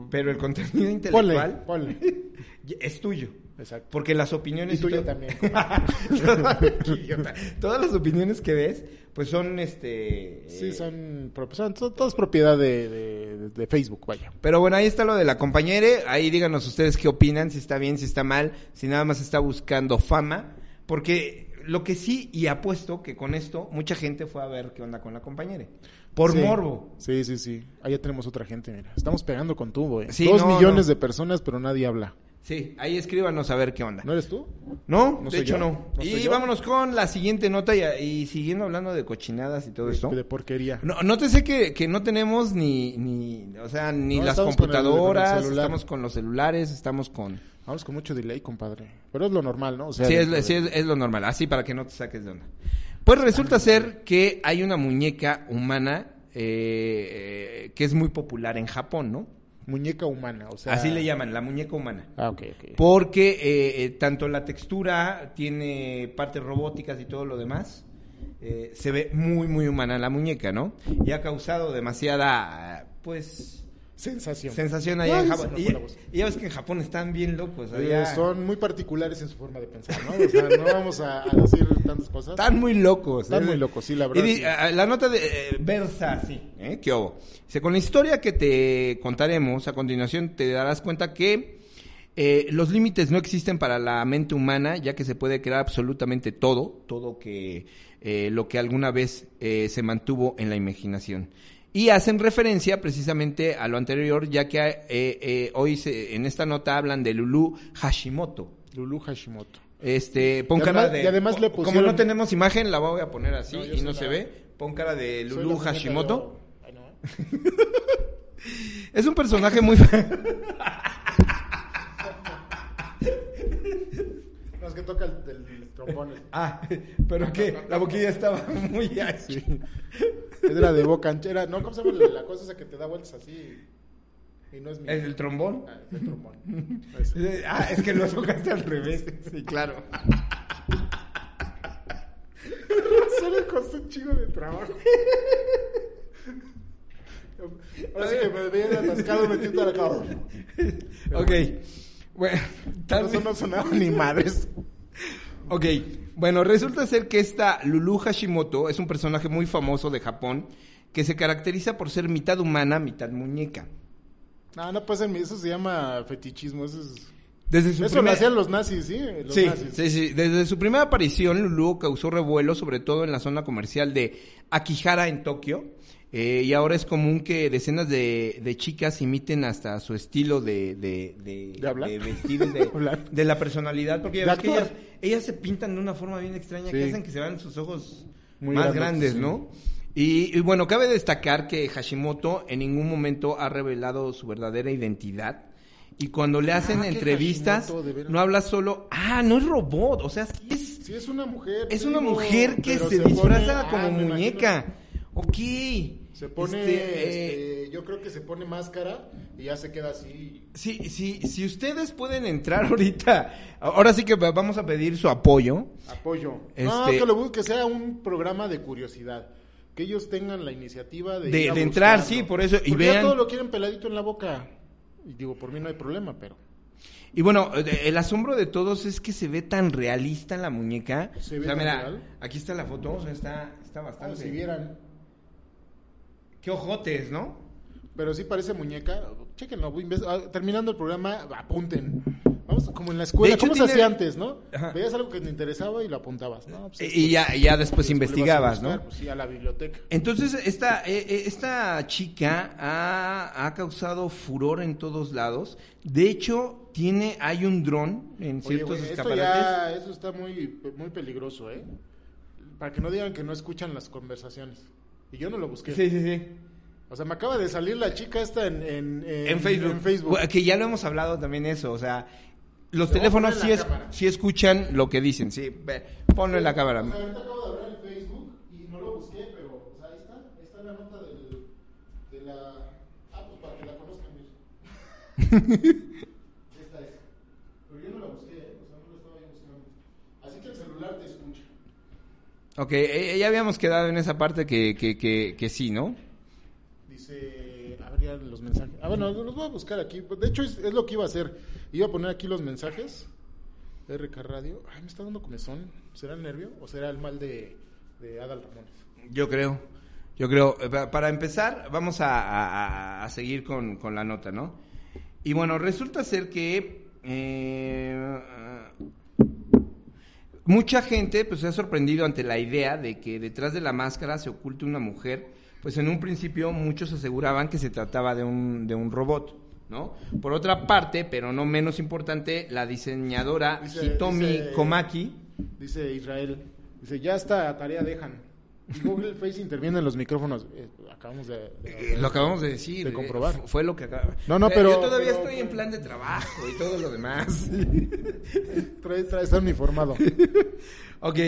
Speaker 2: pero el contenido
Speaker 1: Ponle,
Speaker 2: intelectual
Speaker 1: ponle.
Speaker 2: es tuyo.
Speaker 1: Exacto.
Speaker 2: Porque las opiniones...
Speaker 1: Y tuya
Speaker 2: to-
Speaker 1: también.
Speaker 2: Idiota. Todas las opiniones que ves, pues son este...
Speaker 1: Sí,
Speaker 2: eh,
Speaker 1: son, pro- son, son todas propiedad de, de- de Facebook, vaya.
Speaker 2: Pero bueno, ahí está lo de la compañera. Ahí díganos ustedes qué opinan, si está bien, si está mal, si nada más está buscando fama. Porque lo que sí, y apuesto que con esto, mucha gente fue a ver qué onda con la compañera. Por
Speaker 1: Sí.
Speaker 2: morbo.
Speaker 1: Sí, sí, sí. Allá tenemos otra gente, mira. Estamos pegando con tubo, eh.
Speaker 2: Sí,
Speaker 1: Dos
Speaker 2: no,
Speaker 1: millones
Speaker 2: no.
Speaker 1: de personas, pero nadie habla.
Speaker 2: Sí, ahí escríbanos a ver qué onda.
Speaker 1: ¿No eres tú?
Speaker 2: No,
Speaker 1: no
Speaker 2: de
Speaker 1: soy
Speaker 2: hecho
Speaker 1: yo.
Speaker 2: no.
Speaker 1: No soy
Speaker 2: y
Speaker 1: yo.
Speaker 2: vámonos con la siguiente nota y, y siguiendo hablando de cochinadas y todo esto.
Speaker 1: De porquería.
Speaker 2: No, nótese que, que no tenemos ni, ni o sea, ni
Speaker 1: No,
Speaker 2: las
Speaker 1: estamos con el- con el
Speaker 2: computadoras,
Speaker 1: celular.
Speaker 2: estamos con los celulares, estamos con...
Speaker 1: Vamos con mucho delay, compadre. Pero es lo normal, ¿no? O sea,
Speaker 2: Sí, es,
Speaker 1: dentro de-
Speaker 2: sí, es- es lo normal, así para que no te saques de onda. Pues resulta ser que hay una muñeca humana eh, eh, que es muy popular en Japón, ¿no?
Speaker 1: Muñeca humana, o sea.
Speaker 2: Así le llaman, la muñeca humana.
Speaker 1: Ah, ok, ok.
Speaker 2: Porque eh, eh, tanto la textura tiene partes robóticas y todo lo demás. eh, se ve muy, muy humana la muñeca, ¿no? Y ha causado demasiada, pues,
Speaker 1: Sensación.
Speaker 2: Sensación
Speaker 1: Ay,
Speaker 2: allá en
Speaker 1: se
Speaker 2: Japón.
Speaker 1: me
Speaker 2: Y,
Speaker 1: fue la voz.
Speaker 2: y ya ves que en Japón están bien locos.
Speaker 1: Eh,
Speaker 2: allá
Speaker 1: son muy particulares en su forma de pensar, ¿no? O sea, no vamos a, a decir tantas cosas.
Speaker 2: Están muy locos.
Speaker 1: Están
Speaker 2: ¿eh?
Speaker 1: muy locos, sí, la verdad,
Speaker 2: Y di-
Speaker 1: sí.
Speaker 2: ah. a- a- la nota de, eh, versa así. ¿eh? ¿Qué hubo? Dice, con la historia que te contaremos a continuación te darás cuenta que eh, los límites no existen para la mente humana, ya que se puede crear absolutamente todo, todo que eh, lo que alguna vez eh, se mantuvo en la imaginación. Y hacen referencia precisamente a lo anterior, ya que eh, eh, hoy se- en esta nota hablan de Lulu Hashimoto.
Speaker 1: Lulu Hashimoto.
Speaker 2: Este, pon
Speaker 1: Y
Speaker 2: cara
Speaker 1: además-
Speaker 2: de.
Speaker 1: y además le
Speaker 2: co- Como
Speaker 1: pusieron-
Speaker 2: no tenemos imagen, la voy a poner así
Speaker 1: No, yo
Speaker 2: y
Speaker 1: soy
Speaker 2: no
Speaker 1: la-
Speaker 2: se ve. Pon cara de
Speaker 1: Soy la
Speaker 2: Lulu
Speaker 1: muñeca de
Speaker 2: Hashimoto.
Speaker 1: oro. Ay, no, ¿eh?
Speaker 2: Es un personaje muy.
Speaker 1: No, es que toca el, el, el trombón.
Speaker 2: ah, pero que la boquilla estaba muy así.
Speaker 1: Era de boca ancha. Era, no, ¿cómo se llama la cosa esa que te da vueltas así? Y no es mi.
Speaker 2: ¿Es el trombón?
Speaker 1: Ah, es el trombón. Ese.
Speaker 2: Ah, es que lo tocaste al revés. Sí, claro.
Speaker 1: Eso le costó un chingo de trabajo. Ahora sí que me veía atascado metiendo al cabo.
Speaker 2: Ok. Bueno, tal
Speaker 1: Eso
Speaker 2: vez-
Speaker 1: no sonaba ni madres.
Speaker 2: Ok, bueno, resulta ser que esta Lulu Hashimoto es un personaje muy famoso de Japón que se caracteriza por ser mitad humana, mitad muñeca.
Speaker 1: No, no pasa en mí. Eso se llama fetichismo. Eso, es...
Speaker 2: Desde su
Speaker 1: eso lo
Speaker 2: primer-
Speaker 1: hacían los nazis, ¿sí? Los
Speaker 2: Sí,
Speaker 1: nazis.
Speaker 2: sí, sí. Desde su primera aparición, Lulu causó revuelo, sobre todo en la zona comercial de Akihara, en Tokio. Eh, y ahora es común que decenas de, de chicas imiten hasta su estilo de, de, de,
Speaker 1: ¿De hablar?
Speaker 2: vestir, de,
Speaker 1: De hablar.
Speaker 2: de la personalidad. Porque ya
Speaker 1: De
Speaker 2: ves que
Speaker 1: actuar.
Speaker 2: ellas, ellas se pintan de una forma bien extraña que
Speaker 1: Sí.
Speaker 2: hacen que se vean sus ojos
Speaker 1: Muy
Speaker 2: más
Speaker 1: grandotes,
Speaker 2: grandes, ¿no? Y, y bueno, cabe destacar que Hashimoto en ningún momento ha revelado su verdadera identidad. Y cuando le hacen
Speaker 1: qué
Speaker 2: entrevistas,
Speaker 1: Ah, Hashimoto, de veras.
Speaker 2: no habla solo, ah, no es robot, o sea, sí es,
Speaker 1: Sí, es una mujer.
Speaker 2: es
Speaker 1: te
Speaker 2: una
Speaker 1: digo,
Speaker 2: mujer que
Speaker 1: pero
Speaker 2: se,
Speaker 1: pone-
Speaker 2: disfraza
Speaker 1: ah,
Speaker 2: como
Speaker 1: me imagino.
Speaker 2: muñeca. Ok.
Speaker 1: Se pone,
Speaker 2: Este, eh,
Speaker 1: este, yo creo que se pone máscara y ya se queda así.
Speaker 2: sí, sí, si ustedes pueden entrar ahorita, ahora sí que va- vamos a pedir su apoyo.
Speaker 1: Apoyo. No,
Speaker 2: Este-
Speaker 1: que lo bus- que sea un programa de curiosidad. Que ellos tengan la iniciativa de.
Speaker 2: De-
Speaker 1: ir a
Speaker 2: de entrar,
Speaker 1: buscarlo.
Speaker 2: sí, por eso, y
Speaker 1: Porque ya
Speaker 2: vean-
Speaker 1: todo lo quieren peladito en la boca. Y digo, por mí no hay problema, pero.
Speaker 2: Y bueno, eh, el asombro de todos es que se ve tan realista la muñeca.
Speaker 1: Se ve
Speaker 2: o sea,
Speaker 1: tan
Speaker 2: mira,
Speaker 1: real.
Speaker 2: aquí está la foto, o sea, está, está bastante.
Speaker 1: Ah, si vieran.
Speaker 2: Qué ojotes, ¿no?
Speaker 1: Pero sí parece muñeca. Chequenlo. voy a inves- ah, Terminando el programa, apunten. Vamos, como en la escuela.
Speaker 2: hecho,
Speaker 1: ¿Cómo se
Speaker 2: tiene-
Speaker 1: hacía antes, no?
Speaker 2: Ajá. Eh,
Speaker 1: Veías algo que te interesaba y lo apuntabas. ¿no? Pues,
Speaker 2: Y- y ya, ya después
Speaker 1: le vas a
Speaker 2: investigabas, ¿no?
Speaker 1: buscar, Pues sí, a la biblioteca.
Speaker 2: Entonces, esta, eh, eh, esta chica ha, ha causado furor en todos lados. De hecho, tiene, hay un dron en
Speaker 1: Oye,
Speaker 2: ciertos
Speaker 1: güey, esto
Speaker 2: escaparates.
Speaker 1: ya- eso está muy, muy peligroso, ¿eh? Para que no digan que no escuchan las conversaciones. Y yo no lo busqué.
Speaker 2: Sí, sí, sí.
Speaker 1: O sea, me acaba de salir la chica esta en, en, en-
Speaker 2: En Facebook.
Speaker 1: en Facebook.
Speaker 2: Bueno, Que ya lo hemos hablado también eso, o sea, los
Speaker 1: Le voy a
Speaker 2: teléfonos
Speaker 1: poner
Speaker 2: sí,
Speaker 1: la
Speaker 2: es-
Speaker 1: cámara.
Speaker 2: sí escuchan lo que dicen. Sí, ve, ponlo en la cámara.
Speaker 1: O sea, ahorita acabo de abrir el Facebook y no lo busqué, pero o sea, ahí está. Ahí está la nota del- de la... Ah, pues para que la conozcan. miren. esta es. Pero yo no la busqué, ¿eh? O sea, no la estaba yo buscando. Así que el celular te escucha.
Speaker 2: Ok, eh, ya habíamos quedado en esa parte que, que, que, que sí, ¿no?
Speaker 1: Dice, abría los mensajes. Ah, bueno, los voy a buscar aquí. De hecho, es, es lo que iba a hacer. Iba a poner aquí los mensajes. RK Radio. Ay, me está dando comezón. ¿Será el nervio o será el mal de, de Adal Ramones?
Speaker 2: Yo creo. Yo creo. Eh, pa- Para empezar, vamos a, a- a- a seguir con, con la nota, ¿no? Y bueno, resulta ser que. eh, mucha gente pues se ha sorprendido ante la idea de que detrás de la máscara se oculte una mujer, pues en un principio muchos aseguraban que se trataba de un, de un robot, ¿no? Por otra parte, pero no menos importante, la diseñadora
Speaker 1: Dice-
Speaker 2: Hitomi
Speaker 1: dice-
Speaker 2: Komaki
Speaker 1: Dice Israel. Dice, ya esta tarea dejan. Y Google Face interviene en los micrófonos. Eh, acabamos de... de-
Speaker 2: Eh, Lo acabamos de decir.
Speaker 1: De
Speaker 2: eh,
Speaker 1: comprobar.
Speaker 2: fu- Fue lo que acaba-
Speaker 1: No, no,
Speaker 2: Eh,
Speaker 1: pero-
Speaker 2: Yo todavía
Speaker 1: pero-
Speaker 2: estoy en plan de trabajo y todo lo demás.
Speaker 1: Trae, trae, está uniformado.
Speaker 2: ok.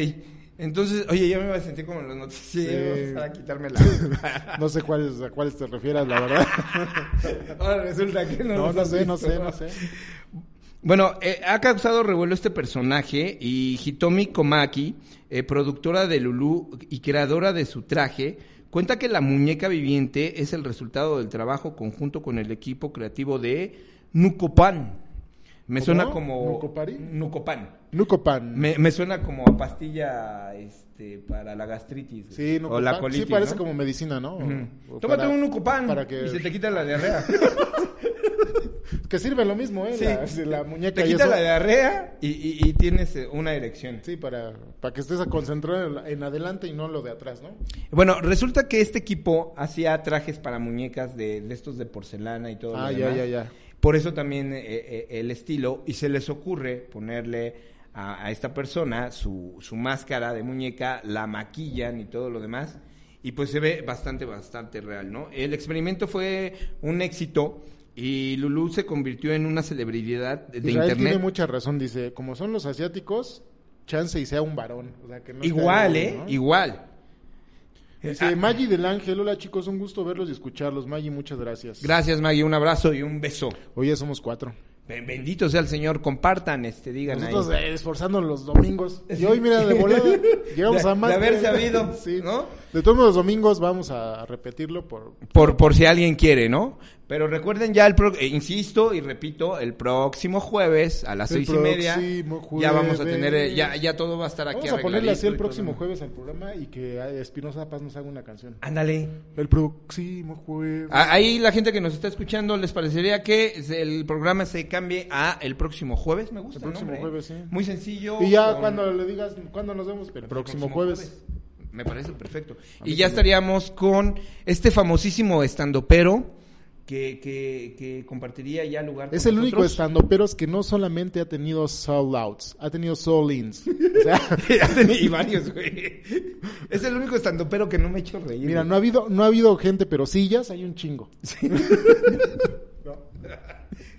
Speaker 2: Entonces, oye, yo me iba a sentir como en los noticieros
Speaker 1: Sí.
Speaker 2: para quitarme la.
Speaker 1: No sé cuáles, a cuáles te refieras, la verdad.
Speaker 2: Ahora resulta que no.
Speaker 1: No,
Speaker 2: los
Speaker 1: no
Speaker 2: has
Speaker 1: sé, no
Speaker 2: visto.
Speaker 1: sé, no sé.
Speaker 2: Bueno, eh, ha causado revuelo este personaje y Hitomi Komaki, eh, productora de Lulu y creadora de su traje, Cuenta que la muñeca viviente es el resultado del trabajo conjunto con el equipo creativo de Nucopan. Me
Speaker 1: ¿Cómo?
Speaker 2: suena como...
Speaker 1: ¿Nucopari?
Speaker 2: Nucopan.
Speaker 1: Nucopan.
Speaker 2: Me, me suena como a pastilla este, para la gastritis. güey.
Speaker 1: Sí, Nucopan.
Speaker 2: O la colitis,
Speaker 1: sí, parece
Speaker 2: ¿no?
Speaker 1: como medicina, ¿no?
Speaker 2: Ujú.
Speaker 1: O
Speaker 2: Tómate
Speaker 1: para-
Speaker 2: un Nucopan
Speaker 1: Para que,
Speaker 2: y se te quita la diarrea.
Speaker 1: que sirve lo mismo, ¿eh?
Speaker 2: Sí.
Speaker 1: La, si la muñeca
Speaker 2: Te
Speaker 1: y
Speaker 2: quita
Speaker 1: eso.
Speaker 2: la diarrea y, y- y tienes eh, una erección.
Speaker 1: Sí, para, para que estés concentrado en, la- en adelante y no en lo de atrás, ¿no?
Speaker 2: Bueno, resulta que este equipo hacía trajes para muñecas de, de estos de porcelana y todo. lo
Speaker 1: ah, ya,
Speaker 2: demás.
Speaker 1: ya, ya.
Speaker 2: Por eso también eh, eh, el estilo, y se les ocurre ponerle a, a esta persona su, su máscara de muñeca, la maquillan y todo lo demás, y pues se ve bastante, bastante real, ¿no? El experimento fue un éxito y Lulu se convirtió en una celebridad de
Speaker 1: Israel
Speaker 2: internet.
Speaker 1: tiene mucha razón, dice, como son los asiáticos, chance y sea un varón. O sea, que no esté
Speaker 2: Igual,
Speaker 1: ahí,
Speaker 2: ¿eh?
Speaker 1: ¿no?
Speaker 2: Igual.
Speaker 1: Dice,
Speaker 2: Ah,
Speaker 1: Maggi del Ángel, hola chicos, un gusto verlos y escucharlos. Maggi, muchas gracias.
Speaker 2: Gracias, Maggie. Un abrazo y un beso.
Speaker 1: Hoy ya somos cuatro.
Speaker 2: Ben- Bendito sea el Señor. Compartan, este, digan
Speaker 1: Nosotros
Speaker 2: ahí.
Speaker 1: eh, esforzándonos los domingos. Y hoy, mira, de volada, llegamos
Speaker 2: De-
Speaker 1: a más.
Speaker 2: de haber sabido, ¿no?
Speaker 1: De todos modos, los domingos vamos a repetirlo por...
Speaker 2: Por, por si alguien quiere, ¿no? Pero recuerden ya, el pro- eh, insisto y repito, el próximo jueves a las
Speaker 1: El
Speaker 2: seis y media
Speaker 1: próximo
Speaker 2: ya vamos a
Speaker 1: jueves.
Speaker 2: tener, eh, ya, ya todo va a estar aquí
Speaker 1: Vamos a ponerle
Speaker 2: arregladito
Speaker 1: así el
Speaker 2: y
Speaker 1: próximo
Speaker 2: todo.
Speaker 1: jueves al programa y que eh, Espinosa Paz nos haga una canción.
Speaker 2: Ándale.
Speaker 1: Ah. El próximo jueves.
Speaker 2: A- Ahí la gente que nos está escuchando, ¿les parecería que se- el programa se cambie a el próximo jueves? Me gusta
Speaker 1: El próximo
Speaker 2: nombre, ¿eh?
Speaker 1: jueves, sí.
Speaker 2: Muy sencillo.
Speaker 1: y ya
Speaker 2: con-
Speaker 1: cuando le digas, ¿cuándo nos vemos? El próximo jueves.
Speaker 2: Me parece perfecto. Y ya estaríamos con este famosísimo estandopero que, que, que compartiría ya lugar con
Speaker 1: Es el único
Speaker 2: nosotros.
Speaker 1: estandoperos que no solamente ha tenido sold outs, ha tenido sold ins. O sea,
Speaker 2: y varios, güey. Es el único estandopero que no me ha hecho reír.
Speaker 1: mira,
Speaker 2: güey.
Speaker 1: no ha habido, no ha habido gente, pero sillas hay un chingo.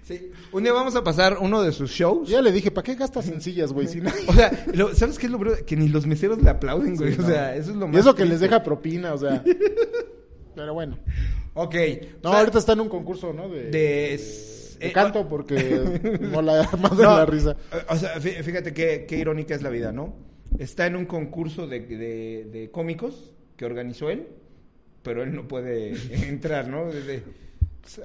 Speaker 2: Sí. Un día vamos a pasar uno de sus shows.
Speaker 1: Yo ya le dije, ¿para qué gastas en sillas, güey? Si no-
Speaker 2: O sea, lo- ¿sabes qué es lo bruto? Que ni los meseros le aplauden, güey.
Speaker 1: Sí,
Speaker 2: o
Speaker 1: no.
Speaker 2: sea, eso es lo más.
Speaker 1: Y eso que les
Speaker 2: triste.
Speaker 1: deja propina, o sea. Pero bueno.
Speaker 2: Ok.
Speaker 1: No,
Speaker 2: O sea,
Speaker 1: ahorita está en un concurso, ¿no? De,
Speaker 2: De.
Speaker 1: de
Speaker 2: eh,
Speaker 1: canto porque no la más de
Speaker 2: No, eh,
Speaker 1: la risa.
Speaker 2: O o sea, fí- fíjate qué, qué irónica es la vida, ¿no? Está en un concurso de, de- de cómicos que organizó él, pero él no puede entrar, ¿no? Desde-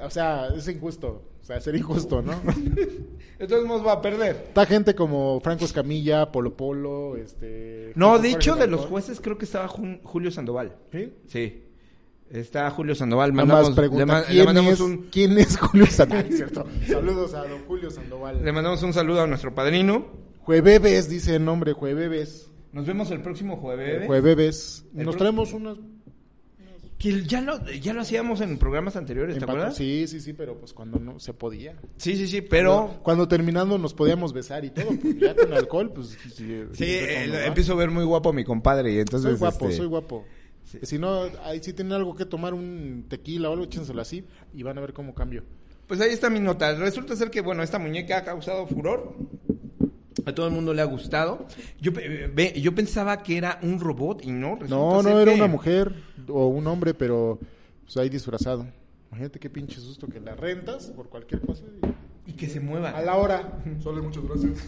Speaker 1: O sea, es injusto. O sea, sería injusto, ¿no?
Speaker 2: de todos modos va a perder.
Speaker 1: Está gente como Franco Escamilla, Polo Polo, este...
Speaker 2: No,
Speaker 1: Jorge
Speaker 2: de hecho, de
Speaker 1: Falcón.
Speaker 2: los jueces creo que estaba Jun- Julio Sandoval.
Speaker 1: ¿Sí?
Speaker 2: Sí. Está Julio Sandoval.
Speaker 1: Nada más
Speaker 2: Mandamos,
Speaker 1: pregunta,
Speaker 2: le, ma- le
Speaker 1: ¿quién,
Speaker 2: mandamos
Speaker 1: es,
Speaker 2: un,
Speaker 1: ¿quién es Julio Sandoval? Es cierto. Saludos a don Julio Sandoval.
Speaker 2: le mandamos un saludo a nuestro padrino.
Speaker 1: Jueves, dice el nombre, Jueves.
Speaker 2: Nos vemos el próximo jueves.
Speaker 1: Jueves.
Speaker 2: El
Speaker 1: Nos
Speaker 2: pro-
Speaker 1: traemos unas...
Speaker 2: Que ya lo, ya lo hacíamos en programas anteriores, ¿te
Speaker 1: en-
Speaker 2: acuerdas? Sí.
Speaker 1: Sí, sí, sí, pero pues cuando no se podía.
Speaker 2: sí, sí, pero...
Speaker 1: Cuando terminando nos podíamos besar y todo, pues, ya con alcohol, pues... Sí,
Speaker 2: Sí, eh,
Speaker 1: ¿no?
Speaker 2: lo- empiezo a ver muy guapo a mi compadre y entonces...
Speaker 1: Soy guapo,
Speaker 2: este,
Speaker 1: soy guapo. Si no, ahí sí tienen algo que tomar, un tequila o algo, échenselo así y van a ver cómo cambio.
Speaker 2: Pues ahí está mi nota. Resulta ser que, bueno, esta muñeca ha causado furor. A todo el mundo le ha gustado. Yo, pe- ve- yo pensaba que era un robot y no. resulta
Speaker 1: No,
Speaker 2: ser
Speaker 1: no era
Speaker 2: que-
Speaker 1: una mujer o un hombre, pero pues ahí disfrazado. Imagínate qué pinche susto que la rentas por cualquier cosa. y-
Speaker 2: Y que se mueva.
Speaker 1: A la hora. Solo muchas gracias.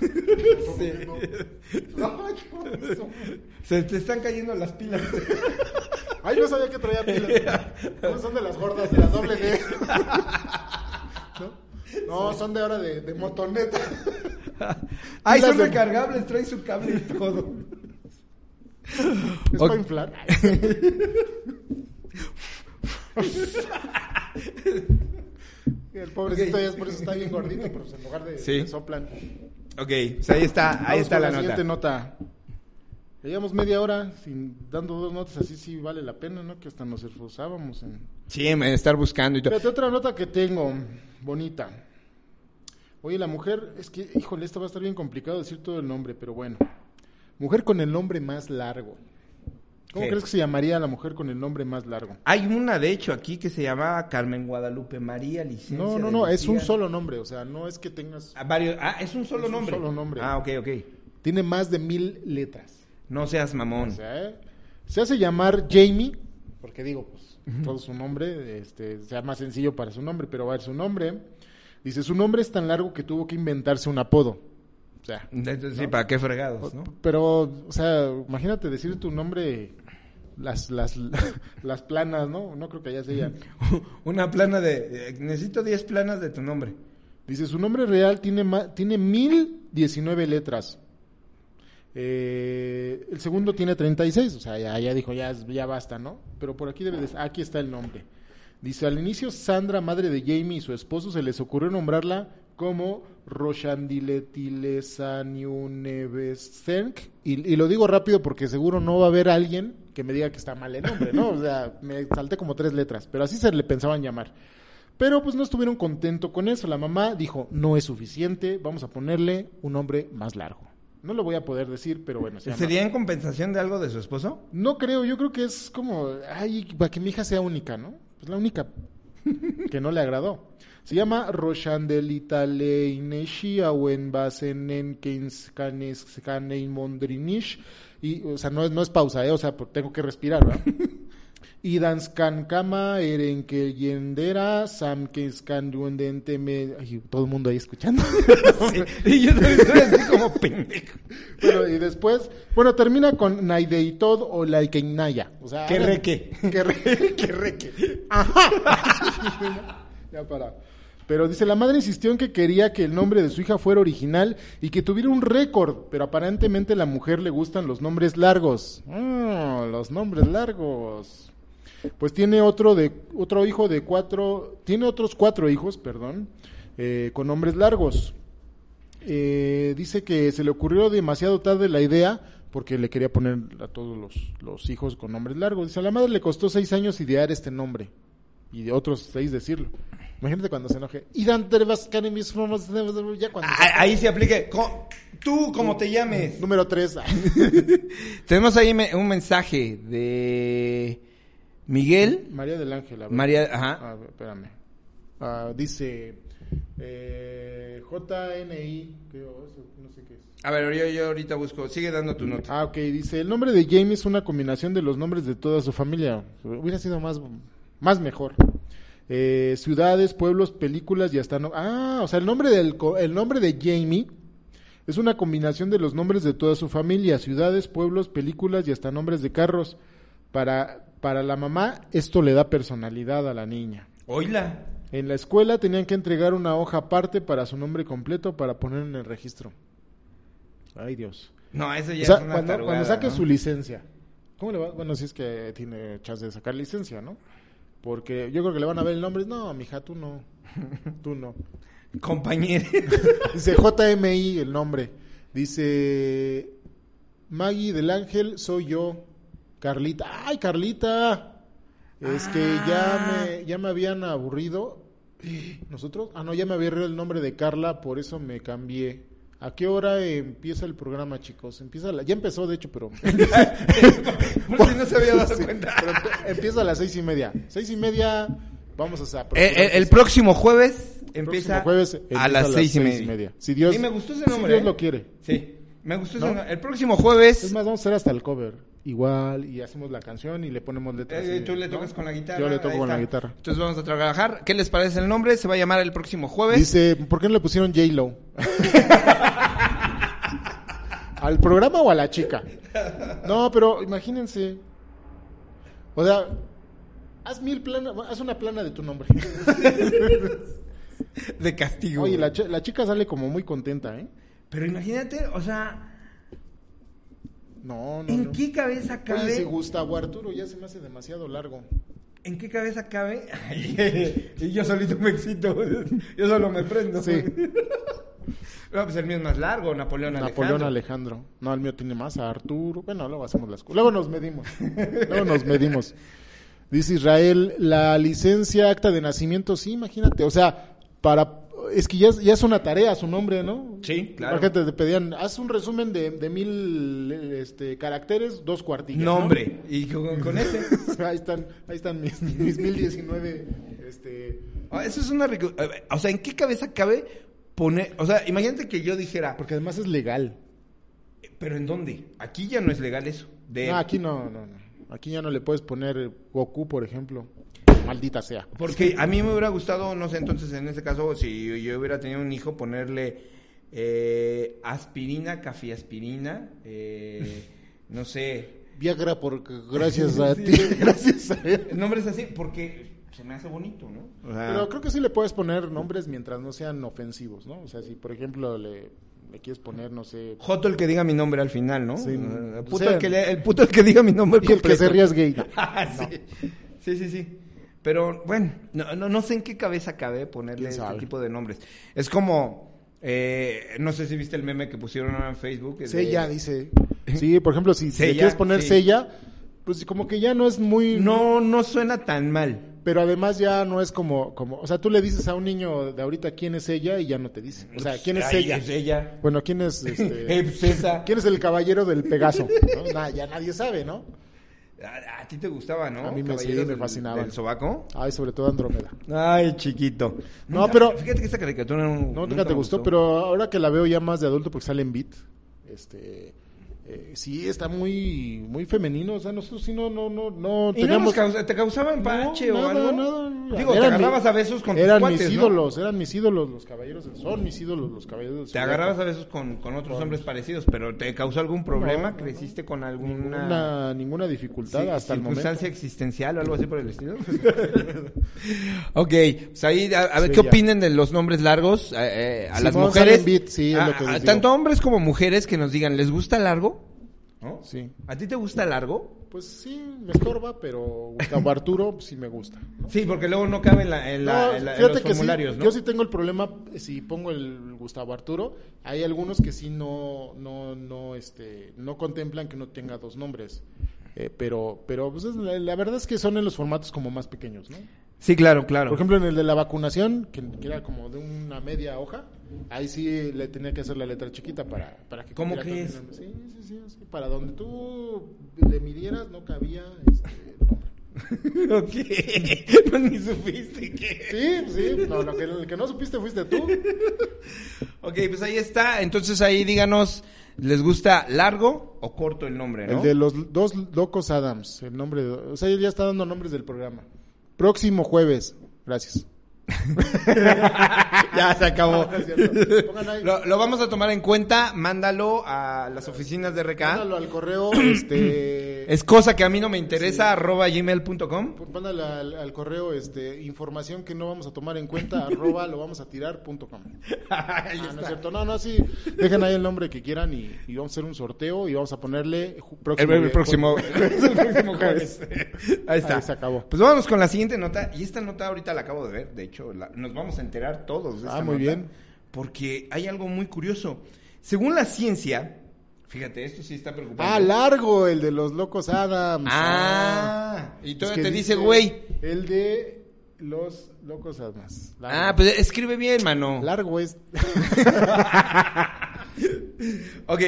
Speaker 2: Se te están cayendo las pilas.
Speaker 1: Ay, no sabía que traía pilas. No, son de las gordas, de las doble D. ¿No? No, son de ahora de, de motoneta.
Speaker 2: Ay,
Speaker 1: Pilas
Speaker 2: son
Speaker 1: de-
Speaker 2: recargables, traen su cable y todo.
Speaker 1: Es
Speaker 2: Ok.
Speaker 1: para inflar. El pobrecito
Speaker 2: Ok.
Speaker 1: ya es por eso está bien gordito, pero pues en lugar de
Speaker 2: Sí.
Speaker 1: le soplan.
Speaker 2: Ok, pues ahí está, ahí
Speaker 1: Vamos
Speaker 2: está
Speaker 1: con
Speaker 2: la,
Speaker 1: siguiente
Speaker 2: nota.
Speaker 1: nota. Ya Llevamos media hora sin, dando dos notas, así sí vale la pena, ¿no? Que hasta nos esforzábamos en...
Speaker 2: Sí, me de estar buscando y todo.
Speaker 1: Fíjate, otra nota que tengo, bonita. Oye, la mujer, es que, híjole, esto va a estar bien complicado decir todo el nombre, pero bueno. Mujer con el nombre más largo. ¿Cómo
Speaker 2: ¿Qué?
Speaker 1: crees que se llamaría la mujer con el nombre más largo?
Speaker 2: Hay una, de hecho, aquí que se llamaba Carmen Guadalupe María Licencia.
Speaker 1: No, no,
Speaker 2: de
Speaker 1: no, es
Speaker 2: Lucía.
Speaker 1: un solo nombre, o sea, no es que tengas...
Speaker 2: Ah, varios- ah, es un solo
Speaker 1: Es un
Speaker 2: nombre.
Speaker 1: solo nombre.
Speaker 2: Ah, ok, ok.
Speaker 1: Tiene más de mil letras.
Speaker 2: No seas mamón.
Speaker 1: O sea, ¿eh? se hace llamar Jamie, porque digo, pues, todo su nombre, este, sea más sencillo para su nombre, pero va a ver su nombre. Dice, su nombre es tan largo que tuvo que inventarse un apodo. O sea,
Speaker 2: Pues, Entonces, Sí, ¿para qué fregados, no?
Speaker 1: pero, o sea, imagínate decir tu nombre las, las, las planas, ¿no? No creo que allá se digan.
Speaker 2: Una plana de... eh, Necesito 10 planas de tu nombre.
Speaker 1: Dice, su nombre real tiene, ma- tiene 1019 letras. Eh, el segundo tiene 36, o sea, ya, ya dijo, ya, es- ya basta, ¿no? Pero por aquí debe de... Aquí está el nombre. Dice, al inicio Sandra, madre de Jamie y su esposo, se les ocurrió nombrarla como Roshandiletilesaniunevesenk. Y, y lo digo rápido porque seguro no va a haber alguien que me diga que está mal el nombre, ¿no? O sea, me salté como tres letras, pero así se le pensaban llamar. Pero pues no estuvieron contentos con eso. La mamá dijo, no es suficiente, vamos a ponerle un nombre más largo. No lo voy a poder decir, pero bueno. se llama-
Speaker 2: ¿Sería en compensación de algo de su esposo?
Speaker 1: No creo, yo creo que es como, ay, para que mi hija sea única, ¿no? Pues la única que no le agradó. Se llama Roshandelita Leineshi Mondrinish. Y, o sea, no, es- no es pausa, ¿eh? O sea, por- tengo que respirar, ¿verdad? Y Danskankama, Erenkeyendera, Samkenskanduendenteme. Ay, Todo el mundo ahí escuchando.
Speaker 2: y yo también estoy así como pendejo.
Speaker 1: Bueno, y después, bueno, termina con Naideitod o Laikeinaya. O sea,
Speaker 2: Qué
Speaker 1: hagan-
Speaker 2: reque.
Speaker 1: Ah,
Speaker 2: Ah,
Speaker 1: Qué re- qué reque. Ajá. ya para. Pero dice, la madre insistió en que quería que el nombre de su hija fuera original y que tuviera un récord, pero aparentemente a la mujer le gustan los nombres largos. Mm, los nombres largos. Pues tiene otro de otro hijo de cuatro, tiene otros cuatro hijos, perdón, eh, con nombres largos. Eh, dice que se le ocurrió demasiado tarde la idea porque le quería poner a todos los, los hijos con nombres largos. Dice, a la madre le costó seis años idear este nombre y de otros seis decirlo. Imagínate cuando se enoje. Y Dante Vascani, mis formas de- ya cuando...
Speaker 2: Ah, Ahí se aplique. Co- Tú, como te llames.
Speaker 1: Número tres.
Speaker 2: Tenemos ahí me- un mensaje de Miguel.
Speaker 1: María del Ángel. a ver.
Speaker 2: María, ajá.
Speaker 1: A ver, Ah, espérame. Ah, dice eh, JNI, creo, eso, no sé qué es.
Speaker 2: A ver, yo, yo ahorita busco. Sigue dando tu nota.
Speaker 1: Ah, ok, dice, el nombre de Jamie es una combinación de los nombres de toda su familia. Hubiera sido más, más mejor. Eh, ciudades, pueblos, películas y hasta... No... Ah, o sea, el nombre, del, co- el nombre de Jamie es una combinación de los nombres de toda su familia, ciudades, pueblos, películas y hasta nombres de carros. Para, para la mamá, esto le da personalidad a la niña.
Speaker 2: Oila.
Speaker 1: En la escuela tenían que entregar una hoja aparte para su nombre completo para poner en el registro. Ay, Dios.
Speaker 2: No, eso ya
Speaker 1: O sea,
Speaker 2: es una
Speaker 1: cuando,
Speaker 2: tarugada,
Speaker 1: cuando saque
Speaker 2: ¿no?
Speaker 1: su licencia. ¿Cómo le va? Bueno, si es que tiene chance de sacar licencia, ¿no? Porque yo creo que le van a ver el nombre. No, mija, tú no. Tú no.
Speaker 2: Compañero.
Speaker 1: Dice JMI el nombre. Dice Maggie del Ángel, soy yo. Carlita. ¡Ay, Carlita! Es que
Speaker 2: Ah.
Speaker 1: ya me, ya me habían aburrido. ¿Nosotros? Ah, no, ya me había reído el nombre de Carla, por eso me cambié. ¿A qué hora empieza el programa, chicos? Empieza la- Ya empezó, de hecho, pero...
Speaker 2: Por si no se había dado
Speaker 1: Sí,
Speaker 2: cuenta.
Speaker 1: pero empe- empieza a las seis y media. Seis y media, vamos a... sa-
Speaker 2: Eh, eh,
Speaker 1: procurar que
Speaker 2: el
Speaker 1: sea-
Speaker 2: próximo jueves
Speaker 1: próximo
Speaker 2: empieza
Speaker 1: jueves empieza
Speaker 2: a las seis y media.
Speaker 1: Si Dios,
Speaker 2: y me gustó ese
Speaker 1: si
Speaker 2: nombre.
Speaker 1: Dios
Speaker 2: ¿eh?
Speaker 1: lo quiere.
Speaker 2: Sí. Me gustó
Speaker 1: ¿No?
Speaker 2: ese nombre. El próximo jueves.
Speaker 1: Es más, vamos a hacer hasta el cover. Igual, y hacemos la canción y le ponemos letras.
Speaker 2: eh,
Speaker 1: y-
Speaker 2: tú le
Speaker 1: ¿no?
Speaker 2: tocas con la guitarra.
Speaker 1: Yo le
Speaker 2: ahí
Speaker 1: toco con la
Speaker 2: está.
Speaker 1: guitarra.
Speaker 2: Entonces vamos a trabajar. ¿Qué les parece el nombre? Se va a llamar el próximo jueves.
Speaker 1: Dice, ¿por qué no le pusieron J-Lo? ¿Al programa o a la chica? No, pero imagínense. O sea, haz mil planas, haz una plana de tu nombre.
Speaker 2: De castigo.
Speaker 1: Oye,
Speaker 2: güey.
Speaker 1: la, chi- la chica sale como muy contenta, ¿eh?
Speaker 2: Pero imagínate, o sea,
Speaker 1: No, no,
Speaker 2: ¿en
Speaker 1: no.
Speaker 2: qué cabeza cabe?
Speaker 1: Oye, si Gustavo Arturo ya se me hace demasiado largo.
Speaker 2: ¿En qué cabeza cabe? y yo solito me excito. Yo solo me prendo.
Speaker 1: Sí.
Speaker 2: no, pues el mío es más largo, Napoleón Alejandro.
Speaker 1: Napoleón Alejandro. No, el mío tiene más a Arturo. Bueno, luego hacemos las cu- Luego nos medimos. luego nos medimos. Dice Israel, la licencia, acta de nacimiento, sí, imagínate. O sea, para... Es que ya es, ya es una tarea su nombre, ¿no?
Speaker 2: Sí, claro.
Speaker 1: Imagínate, te pedían, haz un resumen de, de mil este, caracteres, dos cuartillas. ¿no?
Speaker 2: Nombre. Y con, con ese.
Speaker 1: ahí están, ahí están mis, mis 1019, este...
Speaker 2: Ah, Eso es una rico- a ver, O sea, ¿en qué cabeza cabe poner. O sea, imagínate que yo dijera.
Speaker 1: Porque además es legal.
Speaker 2: ¿Pero en dónde? Aquí ya no es legal eso. De
Speaker 1: No, aquí no, no, no. Aquí ya no le puedes poner Goku, por ejemplo. Maldita sea.
Speaker 2: Porque a mí me hubiera gustado, no sé, entonces en este caso, si yo, yo hubiera tenido un hijo, ponerle eh, aspirina, cafiaspirina, eh, no sé,
Speaker 1: Viagra porque gracias a
Speaker 2: Sí.
Speaker 1: ti, gracias a él.
Speaker 2: El nombre es así porque se me hace bonito, ¿no? O sea,
Speaker 1: Pero creo que sí le puedes poner nombres mientras no sean ofensivos, ¿no? O sea, si por ejemplo le, le quieres poner, no sé,
Speaker 2: Joto el que diga mi nombre al final, ¿no?
Speaker 1: Sí.
Speaker 2: Eh, puto
Speaker 1: O sea,
Speaker 2: el, que le- el puto el que diga mi nombre
Speaker 1: y el que se
Speaker 2: completo.
Speaker 1: ría es gay.
Speaker 2: Ah, sí. sí, sí, sí. Pero bueno, no, no, no sé en qué cabeza cabe
Speaker 1: ¿Quién
Speaker 2: ponerle este
Speaker 1: sabe?
Speaker 2: tipo de nombres. Es como, eh, no sé si viste el meme que pusieron ahora en Facebook. de-
Speaker 1: Sella, dice. Sí, por ejemplo, si, si le
Speaker 2: Sella,
Speaker 1: quieres poner
Speaker 2: sí.
Speaker 1: sella, pues como que ya no es muy...
Speaker 2: No, no suena tan mal.
Speaker 1: Pero además ya no es como, como... O sea, tú le dices a un niño de ahorita quién es ella y ya no te dice. O sea, ¿quién es
Speaker 2: Ay,
Speaker 1: ella?
Speaker 2: Es ella.
Speaker 1: Bueno, ¿quién es este,
Speaker 2: Eh, pues esa.
Speaker 1: ¿Quién es el caballero del Pegaso? ¿No? Nah, ya nadie sabe, ¿no?
Speaker 2: A, a ti te gustaba, ¿no?
Speaker 1: A mí me- sí,
Speaker 2: Caballeros
Speaker 1: me
Speaker 2: del-
Speaker 1: fascinaba.
Speaker 2: del sobaco?
Speaker 1: Ay, sobre todo Andrómeda.
Speaker 2: Ay, chiquito.
Speaker 1: No,
Speaker 2: Nunca-
Speaker 1: pero-
Speaker 2: Fíjate que esta caricatura no,
Speaker 1: No, nunca
Speaker 2: nunca
Speaker 1: te
Speaker 2: me
Speaker 1: gustó, pero ahora que la veo ya más de adulto porque sale en Beat, este... eh, sí, está muy muy femenino, o sea, nosotros sí no, no, no, no
Speaker 2: ¿Y no nos causa- ¿Te causaba empache
Speaker 1: No,
Speaker 2: o
Speaker 1: nada,
Speaker 2: algo?
Speaker 1: nada.
Speaker 2: Digo, te
Speaker 1: Eran
Speaker 2: agarrabas
Speaker 1: mi-
Speaker 2: a besos con tus
Speaker 1: Eran
Speaker 2: cuates,
Speaker 1: mis
Speaker 2: ¿no?
Speaker 1: ídolos, eran mis ídolos los caballeros del son, mis ídolos los caballeros del
Speaker 2: Te agarrabas a veces con, con otros hombres parecidos, pero ¿te causó algún problema? ¿Creciste con alguna
Speaker 1: ninguna, ninguna dificultad
Speaker 2: sí,
Speaker 1: hasta el momento.
Speaker 2: circunstancia existencial o algo así por el estilo? ok, pues ahí, a, a ver,
Speaker 1: Sí,
Speaker 2: ¿qué
Speaker 1: ya.
Speaker 2: opinan de los nombres largos? Eh, eh, a las
Speaker 1: Simón
Speaker 2: mujeres,
Speaker 1: Salenbit, sí, es
Speaker 2: a-
Speaker 1: lo que
Speaker 2: a-
Speaker 1: les digo.
Speaker 2: tanto hombres como mujeres que nos digan, ¿les gusta largo? ¿No?
Speaker 1: Sí.
Speaker 2: ¿A ti te gusta largo?
Speaker 1: Pues sí, me estorba, pero Gustavo Arturo pues sí me gusta.
Speaker 2: Sí, porque luego no cabe en, la, en, la-
Speaker 1: No,
Speaker 2: en la- en
Speaker 1: fíjate
Speaker 2: los
Speaker 1: que sí,
Speaker 2: formularios, ¿no?
Speaker 1: Yo sí tengo el problema eh, si pongo el Gustavo Arturo. Hay algunos que sí no, no, no, este, no contemplan que no tenga dos nombres. Eh, pero, pero pues, es- la, la verdad es que son en los formatos como más pequeños, ¿no?
Speaker 2: Sí, claro, claro.
Speaker 1: Por ejemplo, en el de la vacunación, que, que era como de una media hoja, ahí sí le tenía que hacer la letra chiquita para, para que...
Speaker 2: ¿Cómo
Speaker 1: cumpliera
Speaker 2: crees?
Speaker 1: con el nombre. Sí, sí, sí, sí, Para donde tú le midieras no cabía... Este, el nombre.
Speaker 2: ok, pues ni supiste que...
Speaker 1: sí, sí, no, lo que, el que no supiste fuiste tú.
Speaker 2: Ok, pues ahí está. Entonces ahí díganos, ¿les gusta largo o corto el nombre, no?
Speaker 1: El de los dos locos Adams, el nombre... de- o sea, ya está dando nombres del programa. Próximo jueves. Gracias.
Speaker 2: ya se acabó.
Speaker 1: No, no es cierto. Pongan ahí.
Speaker 2: lo, lo vamos a tomar en cuenta, mándalo a las oficinas de RK.
Speaker 1: Mándalo al correo, este...
Speaker 2: Es cosa que a mí no me interesa, arroba gmail.com.
Speaker 1: Mándale al, al correo este, información que no vamos a tomar en cuenta, arroba lo vamos a tirar punto com.
Speaker 2: Ahí
Speaker 1: Ah, no es
Speaker 2: está.
Speaker 1: cierto, no, no, sí, dejen ahí el nombre que quieran y, y vamos a hacer un sorteo y vamos a ponerle ju-
Speaker 2: El, el próximo, el próximo jueves. Ahí está.
Speaker 1: Ahí se acabó.
Speaker 2: Pues vámonos con la siguiente nota. Y esta nota ahorita la acabo de ver. De hecho, la- nos vamos a enterar todos de
Speaker 1: Ah,
Speaker 2: esta
Speaker 1: muy
Speaker 2: nota,
Speaker 1: bien.
Speaker 2: Porque hay algo muy curioso. Según la ciencia, fíjate, esto sí está preocupante.
Speaker 1: Ah, largo, el de los locos Adams.
Speaker 2: Ah, y
Speaker 1: Es
Speaker 2: todavía
Speaker 1: que
Speaker 2: te dice, güey.
Speaker 1: El de los locos Adams. Largo.
Speaker 2: Ah, pues escribe bien, mano.
Speaker 1: Largo es.
Speaker 2: Ok.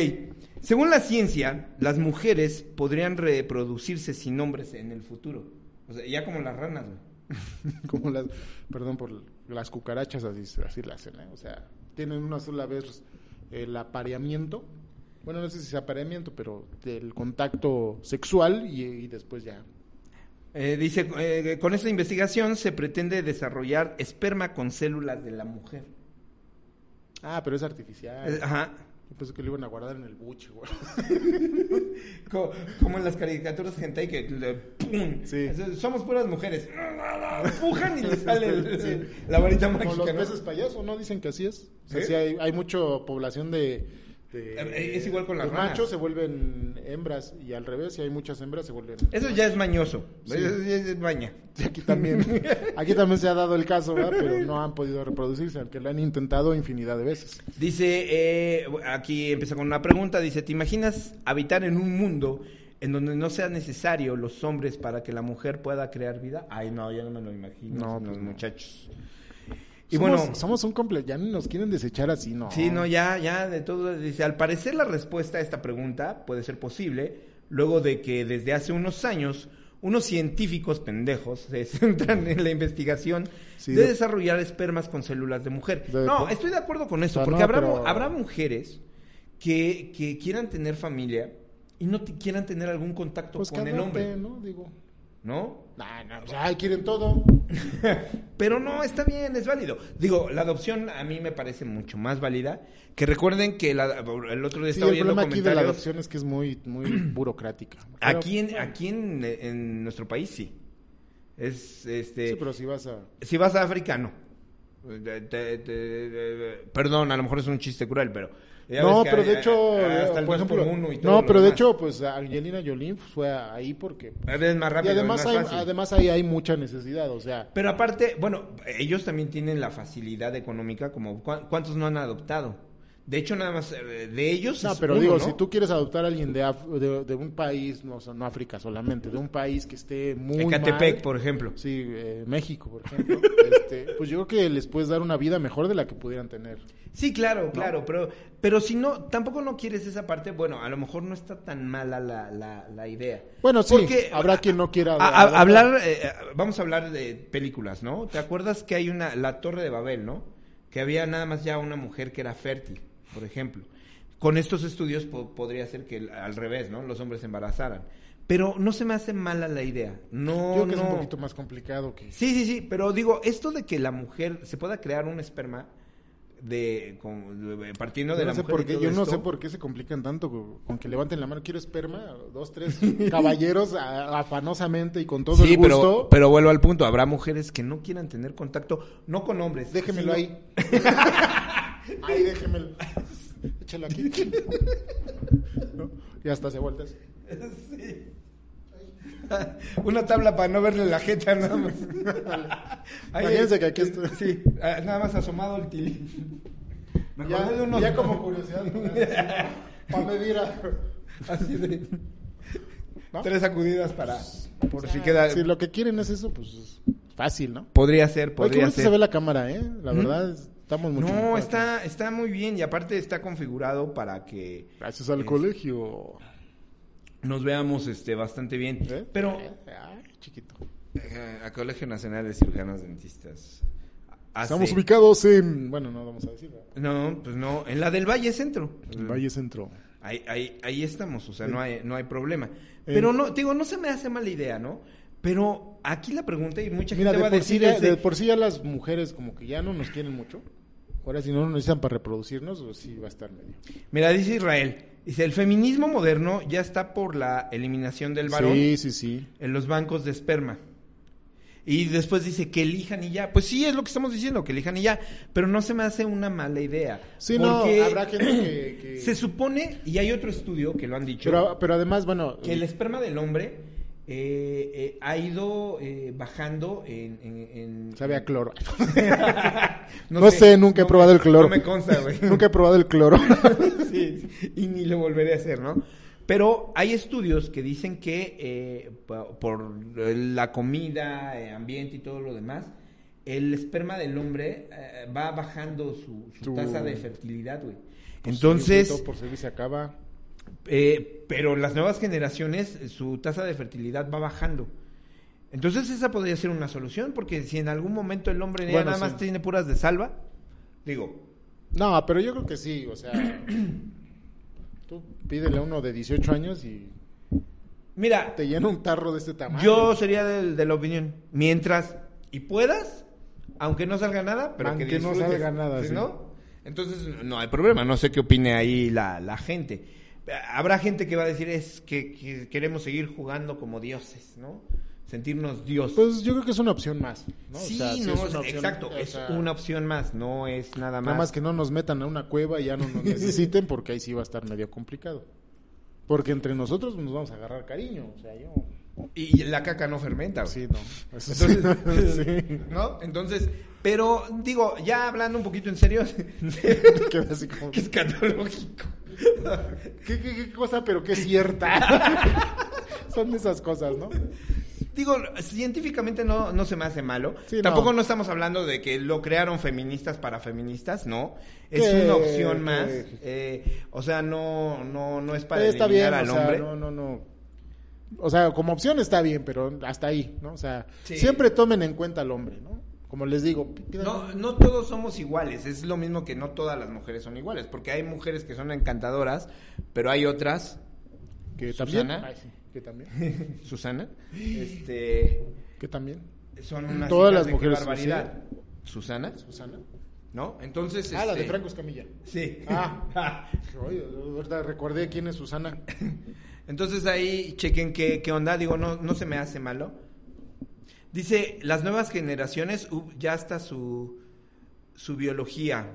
Speaker 2: Según la ciencia, las mujeres podrían reproducirse sin hombres en el futuro. O sea, ya como las ranas, güey.
Speaker 1: como las, perdón por las cucarachas, así, así la hacen, ¿eh? O sea, tienen una sola vez el apareamiento, bueno, no sé si es apareamiento, pero del contacto sexual y, y después ya.
Speaker 2: Eh, dice, eh, con esta investigación se pretende desarrollar esperma con células de la mujer.
Speaker 1: Ah, pero es artificial.
Speaker 2: Eh, ajá.
Speaker 1: Yo pensé que lo iban a guardar en el buche, güey.
Speaker 2: Co- Como, en las caricaturas hentai que le- ¡pum!
Speaker 1: Sí.
Speaker 2: Es- Somos puras mujeres. Pujan y le sale el- la varita mágica.
Speaker 1: Con los
Speaker 2: ¿no?
Speaker 1: peces payaso, ¿no? Dicen que así es. O sea,
Speaker 2: ¿Eh?
Speaker 1: sí hay, hay mucha población de... de-
Speaker 2: Eh, es igual con las
Speaker 1: de
Speaker 2: ranas.
Speaker 1: machos se vuelven hembras y al revés, si hay muchas hembras se vuelven...
Speaker 2: Eso ya es mañoso.
Speaker 1: Sí.
Speaker 2: Eso ya es maña.
Speaker 1: Sí, aquí también. Aquí también se ha dado el caso, ¿verdad? Pero no han podido reproducirse, aunque lo han intentado infinidad de veces.
Speaker 2: Dice, eh, aquí empieza con una pregunta, dice, ¿te imaginas habitar en un mundo en donde no sea necesario los hombres para que la mujer pueda crear vida? Ay, no, ya no me lo imagino,
Speaker 1: No,
Speaker 2: no,
Speaker 1: pues
Speaker 2: los
Speaker 1: no.
Speaker 2: muchachos.
Speaker 1: Y
Speaker 2: Y
Speaker 1: somos,
Speaker 2: bueno,
Speaker 1: somos un comple... Ya ni nos quieren desechar así, ¿no?
Speaker 2: sí, no, ya, ya, de todo, dice, al parecer la respuesta a esta pregunta puede ser posible luego de que desde hace unos años unos científicos pendejos se centran en la investigación
Speaker 1: Sí,
Speaker 2: de,
Speaker 1: de-
Speaker 2: desarrollar espermas con células de mujer.
Speaker 1: De-
Speaker 2: no, estoy de acuerdo con eso.
Speaker 1: O sea,
Speaker 2: porque
Speaker 1: no,
Speaker 2: habrá,
Speaker 1: pero-
Speaker 2: habrá mujeres que, que quieran tener familia y no te- quieran tener algún contacto
Speaker 1: Pues
Speaker 2: con el
Speaker 1: cámbiate,
Speaker 2: hombre,
Speaker 1: ¿no? Digo,
Speaker 2: ¿no?
Speaker 1: Nah, nah, pues, ay, quieren todo.
Speaker 2: Pero no, está bien, es válido. Digo, la adopción a mí me parece mucho más válida. Que recuerden que la- el otro día
Speaker 1: Sí,
Speaker 2: estaba
Speaker 1: el
Speaker 2: viendo
Speaker 1: problema aquí de la
Speaker 2: comentarios.
Speaker 1: adopción es que es muy, muy burocrática. Pero-
Speaker 2: Aquí, en, aquí en, en nuestro país sí. Es este.
Speaker 1: Sí, pero si vas a...
Speaker 2: Si vas a África, no. Te- te- te- perdón, a lo mejor es un chiste cruel, pero. ya
Speaker 1: No,
Speaker 2: ves que
Speaker 1: pero de
Speaker 2: hay-
Speaker 1: hecho,
Speaker 2: hasta el
Speaker 1: por
Speaker 2: dos por
Speaker 1: ejemplo,
Speaker 2: uno y todo
Speaker 1: no,
Speaker 2: lo
Speaker 1: pero de
Speaker 2: demás.
Speaker 1: hecho, pues Angelina Jolie fue ahí porque
Speaker 2: Es más rápido,
Speaker 1: y además
Speaker 2: es más
Speaker 1: hay,
Speaker 2: fácil.
Speaker 1: además ahí hay mucha necesidad, o sea,
Speaker 2: Pero aparte, bueno, ellos también tienen la facilidad económica, como ¿cuá- ¿cuántos no han adoptado? De hecho, nada más eh, de ellos.
Speaker 1: no,
Speaker 2: es
Speaker 1: pero
Speaker 2: uno,
Speaker 1: digo,
Speaker 2: ¿no?
Speaker 1: si tú quieres adoptar a alguien de, Af- de, de un país, no, o sea, no África solamente, de un país que esté muy
Speaker 2: Ecatepec,
Speaker 1: mal,
Speaker 2: por ejemplo.
Speaker 1: sí, eh, México, por ejemplo, este, pues yo creo que les puedes dar una vida mejor de la que pudieran tener.
Speaker 2: Sí, claro, claro, pero, pero si no, tampoco no quieres esa parte, bueno, a lo mejor no está tan mala la, la, la idea.
Speaker 1: Bueno, sí,
Speaker 2: Porque-
Speaker 1: habrá quien no quiera
Speaker 2: A- a-
Speaker 1: adoptar.
Speaker 2: Ah, hablar, eh, vamos a hablar de películas, ¿no? ¿Te acuerdas que hay una, la Torre de Babel, ¿no? Que había nada más ya una mujer que era fértil, por ejemplo. Con estos estudios po- podría ser que el- al revés, ¿no? Los hombres se embarazaran. Pero no se me hace mala la idea.
Speaker 1: Yo
Speaker 2: No,
Speaker 1: creo que
Speaker 2: no.
Speaker 1: es un poquito más complicado que
Speaker 2: Sí, sí, sí, pero digo, esto de que la mujer se pueda crear un esperma de, con- de- partiendo de
Speaker 1: Yo
Speaker 2: la
Speaker 1: no sé
Speaker 2: mujer.
Speaker 1: por
Speaker 2: y
Speaker 1: qué,
Speaker 2: todo
Speaker 1: yo no
Speaker 2: esto.
Speaker 1: sé por qué se complican tanto co- con que levanten la mano, quiero esperma, dos, tres caballeros a- afanosamente y con todo
Speaker 2: Sí,
Speaker 1: el gusto.
Speaker 2: pero, pero vuelvo al punto. Habrá mujeres que no quieran tener contacto, no con hombres.
Speaker 1: Déjemelo
Speaker 2: sino-
Speaker 1: ahí. ahí déjemelo. Échalo aquí. ¿No? Y hasta se vueltas.
Speaker 2: Sí. Una tabla para no verle la jeta nada más. Ahí-
Speaker 1: Imagínense que aquí estoy.
Speaker 2: Sí, ah, nada más asomado el tilín. Me
Speaker 1: Ya,
Speaker 2: acordé de unos-
Speaker 1: ya como curiosidad. Para medir a...
Speaker 2: Así de...
Speaker 1: ¿No?
Speaker 2: Tres sacudidas para... Por si
Speaker 1: Ah,
Speaker 2: queda...
Speaker 1: Si lo que quieren es eso, pues es fácil, ¿no?
Speaker 2: Podría ser,
Speaker 1: Oye, qué
Speaker 2: podría
Speaker 1: bonito
Speaker 2: ser.
Speaker 1: se ve la cámara, ¿eh? La verdad, estamos mucho
Speaker 2: No,
Speaker 1: mejor.
Speaker 2: está, está muy bien y aparte está configurado para que
Speaker 1: Gracias al
Speaker 2: Es-
Speaker 1: colegio.
Speaker 2: nos veamos este bastante bien.
Speaker 1: ¿Eh?
Speaker 2: Pero
Speaker 1: Ay, chiquito.
Speaker 2: eh, a Colegio Nacional de Cirujanos Dentistas. hace-
Speaker 1: Estamos ubicados en. Bueno, no vamos a decir. ¿verdad?
Speaker 2: No, pues no, en la del Valle Centro.
Speaker 1: En Valle Centro.
Speaker 2: Ahí, ahí, ahí estamos, o sea, no hay, no hay problema.
Speaker 1: En-
Speaker 2: Pero no, te digo, no se me hace mala idea, ¿no? Pero aquí la pregunta y mucha
Speaker 1: Mira,
Speaker 2: gente va
Speaker 1: de
Speaker 2: a
Speaker 1: por, sí
Speaker 2: decir
Speaker 1: ya,
Speaker 2: es de-
Speaker 1: de por sí ya las mujeres como que ya no nos quieren mucho. Ahora si no nos necesitan para reproducirnos, pues sí va a estar medio.
Speaker 2: Mira, dice Israel, dice, el feminismo moderno ya está por la eliminación del varón
Speaker 1: Sí, sí, sí.
Speaker 2: en los bancos de esperma. Y después dice que elijan y ya. Pues sí, es lo que estamos diciendo, que elijan y ya. Pero no se me hace una mala idea.
Speaker 1: Sí, no,
Speaker 2: Porque
Speaker 1: habrá gente que- que-
Speaker 2: Se supone, y hay otro estudio que lo han dicho...
Speaker 1: Pero, pero además, bueno,
Speaker 2: que el esperma del hombre eh, eh, ha ido eh, bajando en... en- en-
Speaker 1: sabe a cloro.
Speaker 2: no,
Speaker 1: No sé, nunca he
Speaker 2: me-
Speaker 1: probado el cloro.
Speaker 2: No me consta, güey.
Speaker 1: Nunca he probado el cloro.
Speaker 2: Sí, sí, y ni lo volveré a hacer, ¿no? Pero hay estudios que dicen que eh, pa- por eh, la comida, eh, ambiente y todo lo demás, el esperma del hombre eh, va bajando su, su
Speaker 1: Su- pues
Speaker 2: tasa de fertilidad, güey.
Speaker 1: Sí,
Speaker 2: Entonces,
Speaker 1: todo por servir se acaba.
Speaker 2: eh, pero las nuevas generaciones, eh, su tasa de fertilidad va bajando. Entonces esa podría ser una solución, porque si en algún momento el hombre ya
Speaker 1: Bueno,
Speaker 2: nada
Speaker 1: sí.
Speaker 2: más tiene puras de salva, digo,
Speaker 1: No, pero yo creo que sí, o sea. Tú pídele a uno de 18 años y
Speaker 2: mira,
Speaker 1: te llena un tarro de este tamaño.
Speaker 2: yo sería del- de la opinión, mientras y puedas, aunque no salga nada, pero
Speaker 1: Aunque
Speaker 2: que
Speaker 1: no
Speaker 2: disfrutes,
Speaker 1: salga nada,
Speaker 2: ¿sí,
Speaker 1: sí.
Speaker 2: no? Entonces no hay problema, no sé qué opine ahí la, la gente. Habrá gente que va a decir es que, que queremos seguir jugando como dioses, ¿no? Sentirnos dioses.
Speaker 1: Pues yo creo que es una opción más. ¿no? O
Speaker 2: Sí,
Speaker 1: sea,
Speaker 2: no,
Speaker 1: es una opción,
Speaker 2: exacto,
Speaker 1: o
Speaker 2: es
Speaker 1: sea,
Speaker 2: una opción más, no es nada más.
Speaker 1: Nada más que no nos metan a una cueva y ya no nos necesiten porque ahí sí va a estar medio complicado. Porque entre nosotros nos vamos a agarrar cariño. O sea, yo...
Speaker 2: Y la caca no fermenta, güey.
Speaker 1: Sí, no. Eso sí,
Speaker 2: Entonces,
Speaker 1: sí.
Speaker 2: ¿no? Entonces, pero digo, ya hablando un poquito en serio,
Speaker 1: Queda así como...
Speaker 2: que es
Speaker 1: ¿Qué,
Speaker 2: catológico.
Speaker 1: qué, qué cosa, pero qué cierta? Son de esas cosas, ¿no?
Speaker 2: Digo, científicamente no, no se me hace malo.
Speaker 1: Sí, no.
Speaker 2: Tampoco no. estamos hablando de que lo crearon feministas para feministas, no. Es
Speaker 1: Que-
Speaker 2: una opción más.
Speaker 1: que-
Speaker 2: eh, o sea, no, no, no es para
Speaker 1: Eh, está bien,
Speaker 2: eliminar al
Speaker 1: o
Speaker 2: hombre.
Speaker 1: sea, no, no, no. O sea, como opción está bien, pero hasta ahí, ¿no? O sea,
Speaker 2: Sí.
Speaker 1: siempre tomen en cuenta al hombre, ¿no? Como les digo, pí- pídanle-
Speaker 2: No, no todos somos iguales, es lo mismo que no todas las mujeres son iguales, porque hay mujeres que son encantadoras, pero hay otras,
Speaker 1: que también,
Speaker 2: Susana.
Speaker 1: Ay, sí, que también.
Speaker 2: Susana, este,
Speaker 1: que también.
Speaker 2: Son unas
Speaker 1: Todas
Speaker 2: hijas
Speaker 1: las
Speaker 2: de qué
Speaker 1: mujeres
Speaker 2: barbaridad. Susana,
Speaker 1: Susana.
Speaker 2: ¿no? Entonces
Speaker 1: Ah, la de
Speaker 2: Pues, este,
Speaker 1: Franco Escamilla.
Speaker 2: Sí.
Speaker 1: Ah. Ay, ahorita recordé quién es Susana.
Speaker 2: Entonces ahí chequen qué, qué onda, digo, no, no se me hace malo. Dice, las nuevas generaciones, uh, ya está su, su biología.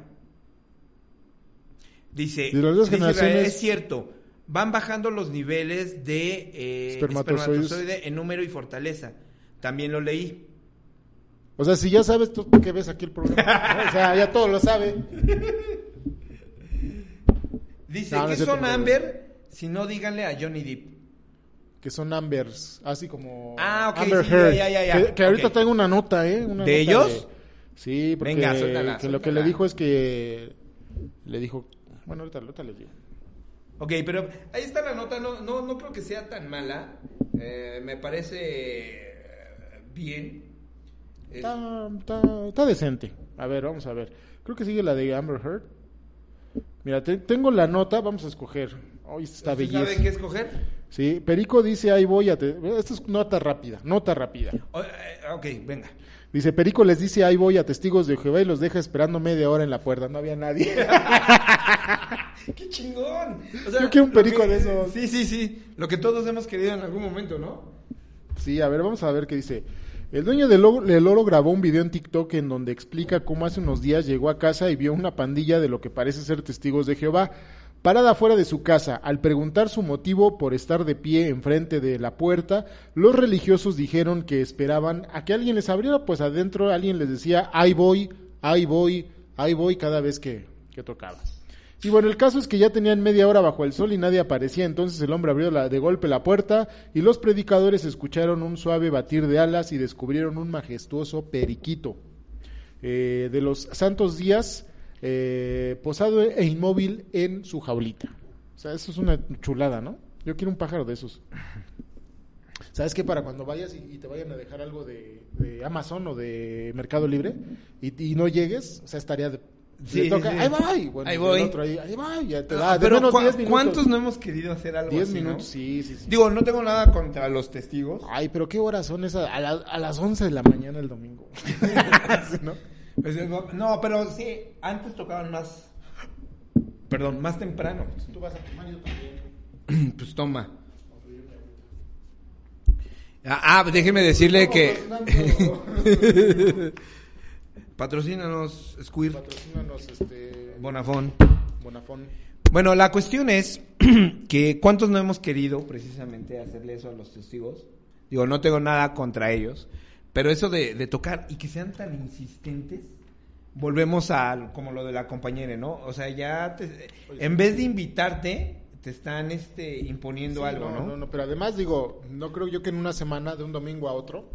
Speaker 2: Dice,
Speaker 1: Y las nuevas
Speaker 2: dice Israel,
Speaker 1: generaciones-
Speaker 2: es cierto, van bajando los niveles de eh,
Speaker 1: Espermatozoides.
Speaker 2: espermatozoide en número y fortaleza. También lo leí.
Speaker 1: O sea, si ya sabes, tú que ves aquí el programa. ¿no? O sea, ya todo lo sabe.
Speaker 2: Dice,
Speaker 1: No, no
Speaker 2: ¿qué
Speaker 1: es cierto,
Speaker 2: son
Speaker 1: no, no.
Speaker 2: Amber? Si no, díganle a Johnny Depp.
Speaker 1: Que son Ambers, así como
Speaker 2: Ah, ok,
Speaker 1: Amber
Speaker 2: sí, ya,
Speaker 1: Heard.
Speaker 2: ya, ya, ya.
Speaker 1: Que, que ahorita
Speaker 2: Ok.
Speaker 1: tengo una nota, ¿eh? Una
Speaker 2: ¿De
Speaker 1: nota
Speaker 2: ellos?
Speaker 1: Sí, porque
Speaker 2: Venga, suéltala,
Speaker 1: que lo que le
Speaker 2: suéltala.
Speaker 1: dijo es que le dijo, bueno, ahorita, ahorita le digo.
Speaker 2: Ok, pero ahí está la nota, no, no, no creo que sea tan mala, eh, me parece eh, bien. Eh,
Speaker 1: Está, está- está decente. A ver, vamos a ver. Creo que sigue la de Amber Heard. Mira, te- tengo la nota, vamos a escoger. Hoy está
Speaker 2: ¿usted
Speaker 1: belleza.
Speaker 2: ¿Sabe qué escoger?
Speaker 1: Sí, Perico dice, ahí voy a... te-". Esta es nota rápida, nota rápida.
Speaker 2: O- eh, ok, venga.
Speaker 1: Dice, Perico les dice, ahí voy a testigos de Jehová y los deja esperando media hora en la puerta. No había nadie.
Speaker 2: ¡Qué chingón! O
Speaker 1: Yo quiero un
Speaker 2: lo
Speaker 1: perico
Speaker 2: que-
Speaker 1: de esos.
Speaker 2: Sí, sí, sí, lo que todos hemos querido en algún momento, ¿no?
Speaker 1: Sí, a ver, vamos a ver qué dice. El dueño del Loro, del Loro grabó un video en TikTok en donde explica cómo hace unos días llegó a casa y vio una pandilla de lo que parece ser testigos de Jehová parada fuera de su casa. Al preguntar su motivo por estar de pie enfrente de la puerta, los religiosos dijeron que esperaban a que alguien les abriera, pues adentro alguien les decía, ahí voy, ahí voy, ahí voy cada vez que, que tocaba. Y bueno, el caso es que ya tenían media hora bajo el sol y nadie aparecía, entonces el hombre abrió la- de golpe la puerta y los predicadores escucharon un suave batir de alas y descubrieron un majestuoso periquito eh, de los santos días eh, posado e inmóvil en su jaulita. O sea, eso es una chulada, ¿no? Yo quiero un pájaro de esos. ¿Sabes qué? Para cuando vayas y, y te vayan a dejar algo de, de Amazon o de Mercado Libre y, y no llegues, o sea, estaría de...
Speaker 2: Sí,
Speaker 1: le toca,
Speaker 2: sí, sí.
Speaker 1: ahí va, y bueno,
Speaker 2: Ahí
Speaker 1: y el
Speaker 2: voy.
Speaker 1: otro ahí, ahí va, ya te da. De
Speaker 2: Ah, Pero
Speaker 1: menos
Speaker 2: ¿cu-
Speaker 1: 10 minutos.
Speaker 2: ¿cuántos no hemos querido hacer algo
Speaker 1: 10
Speaker 2: así, no?
Speaker 1: minutos, sí, sí, sí.
Speaker 2: Digo, no tengo nada contra los testigos,
Speaker 1: Ay, pero qué horas son esas. A, la- a las 11 de la mañana el domingo. Sí, ¿no?
Speaker 2: Pues, no, no, pero sí, antes tocaban más, perdón, más temprano.
Speaker 1: Tú vas a tomar yo también.
Speaker 2: Pues toma. Ah, ah, déjeme decirle que. Patrocínanos, Squirt,
Speaker 1: Patrocínanos, este.
Speaker 2: Bonafón.
Speaker 1: Bonafón.
Speaker 2: Bueno, la cuestión es que cuántos no hemos querido precisamente hacerle eso a los testigos. Digo, no tengo nada contra ellos, pero eso de, de tocar y que sean tan insistentes, volvemos a como lo de la compañera, ¿no? O sea, ya te- en vez de invitarte, te están este, imponiendo
Speaker 1: Sí,
Speaker 2: algo,
Speaker 1: no, no, no, pero además digo, no creo yo que en una semana, de un domingo a otro,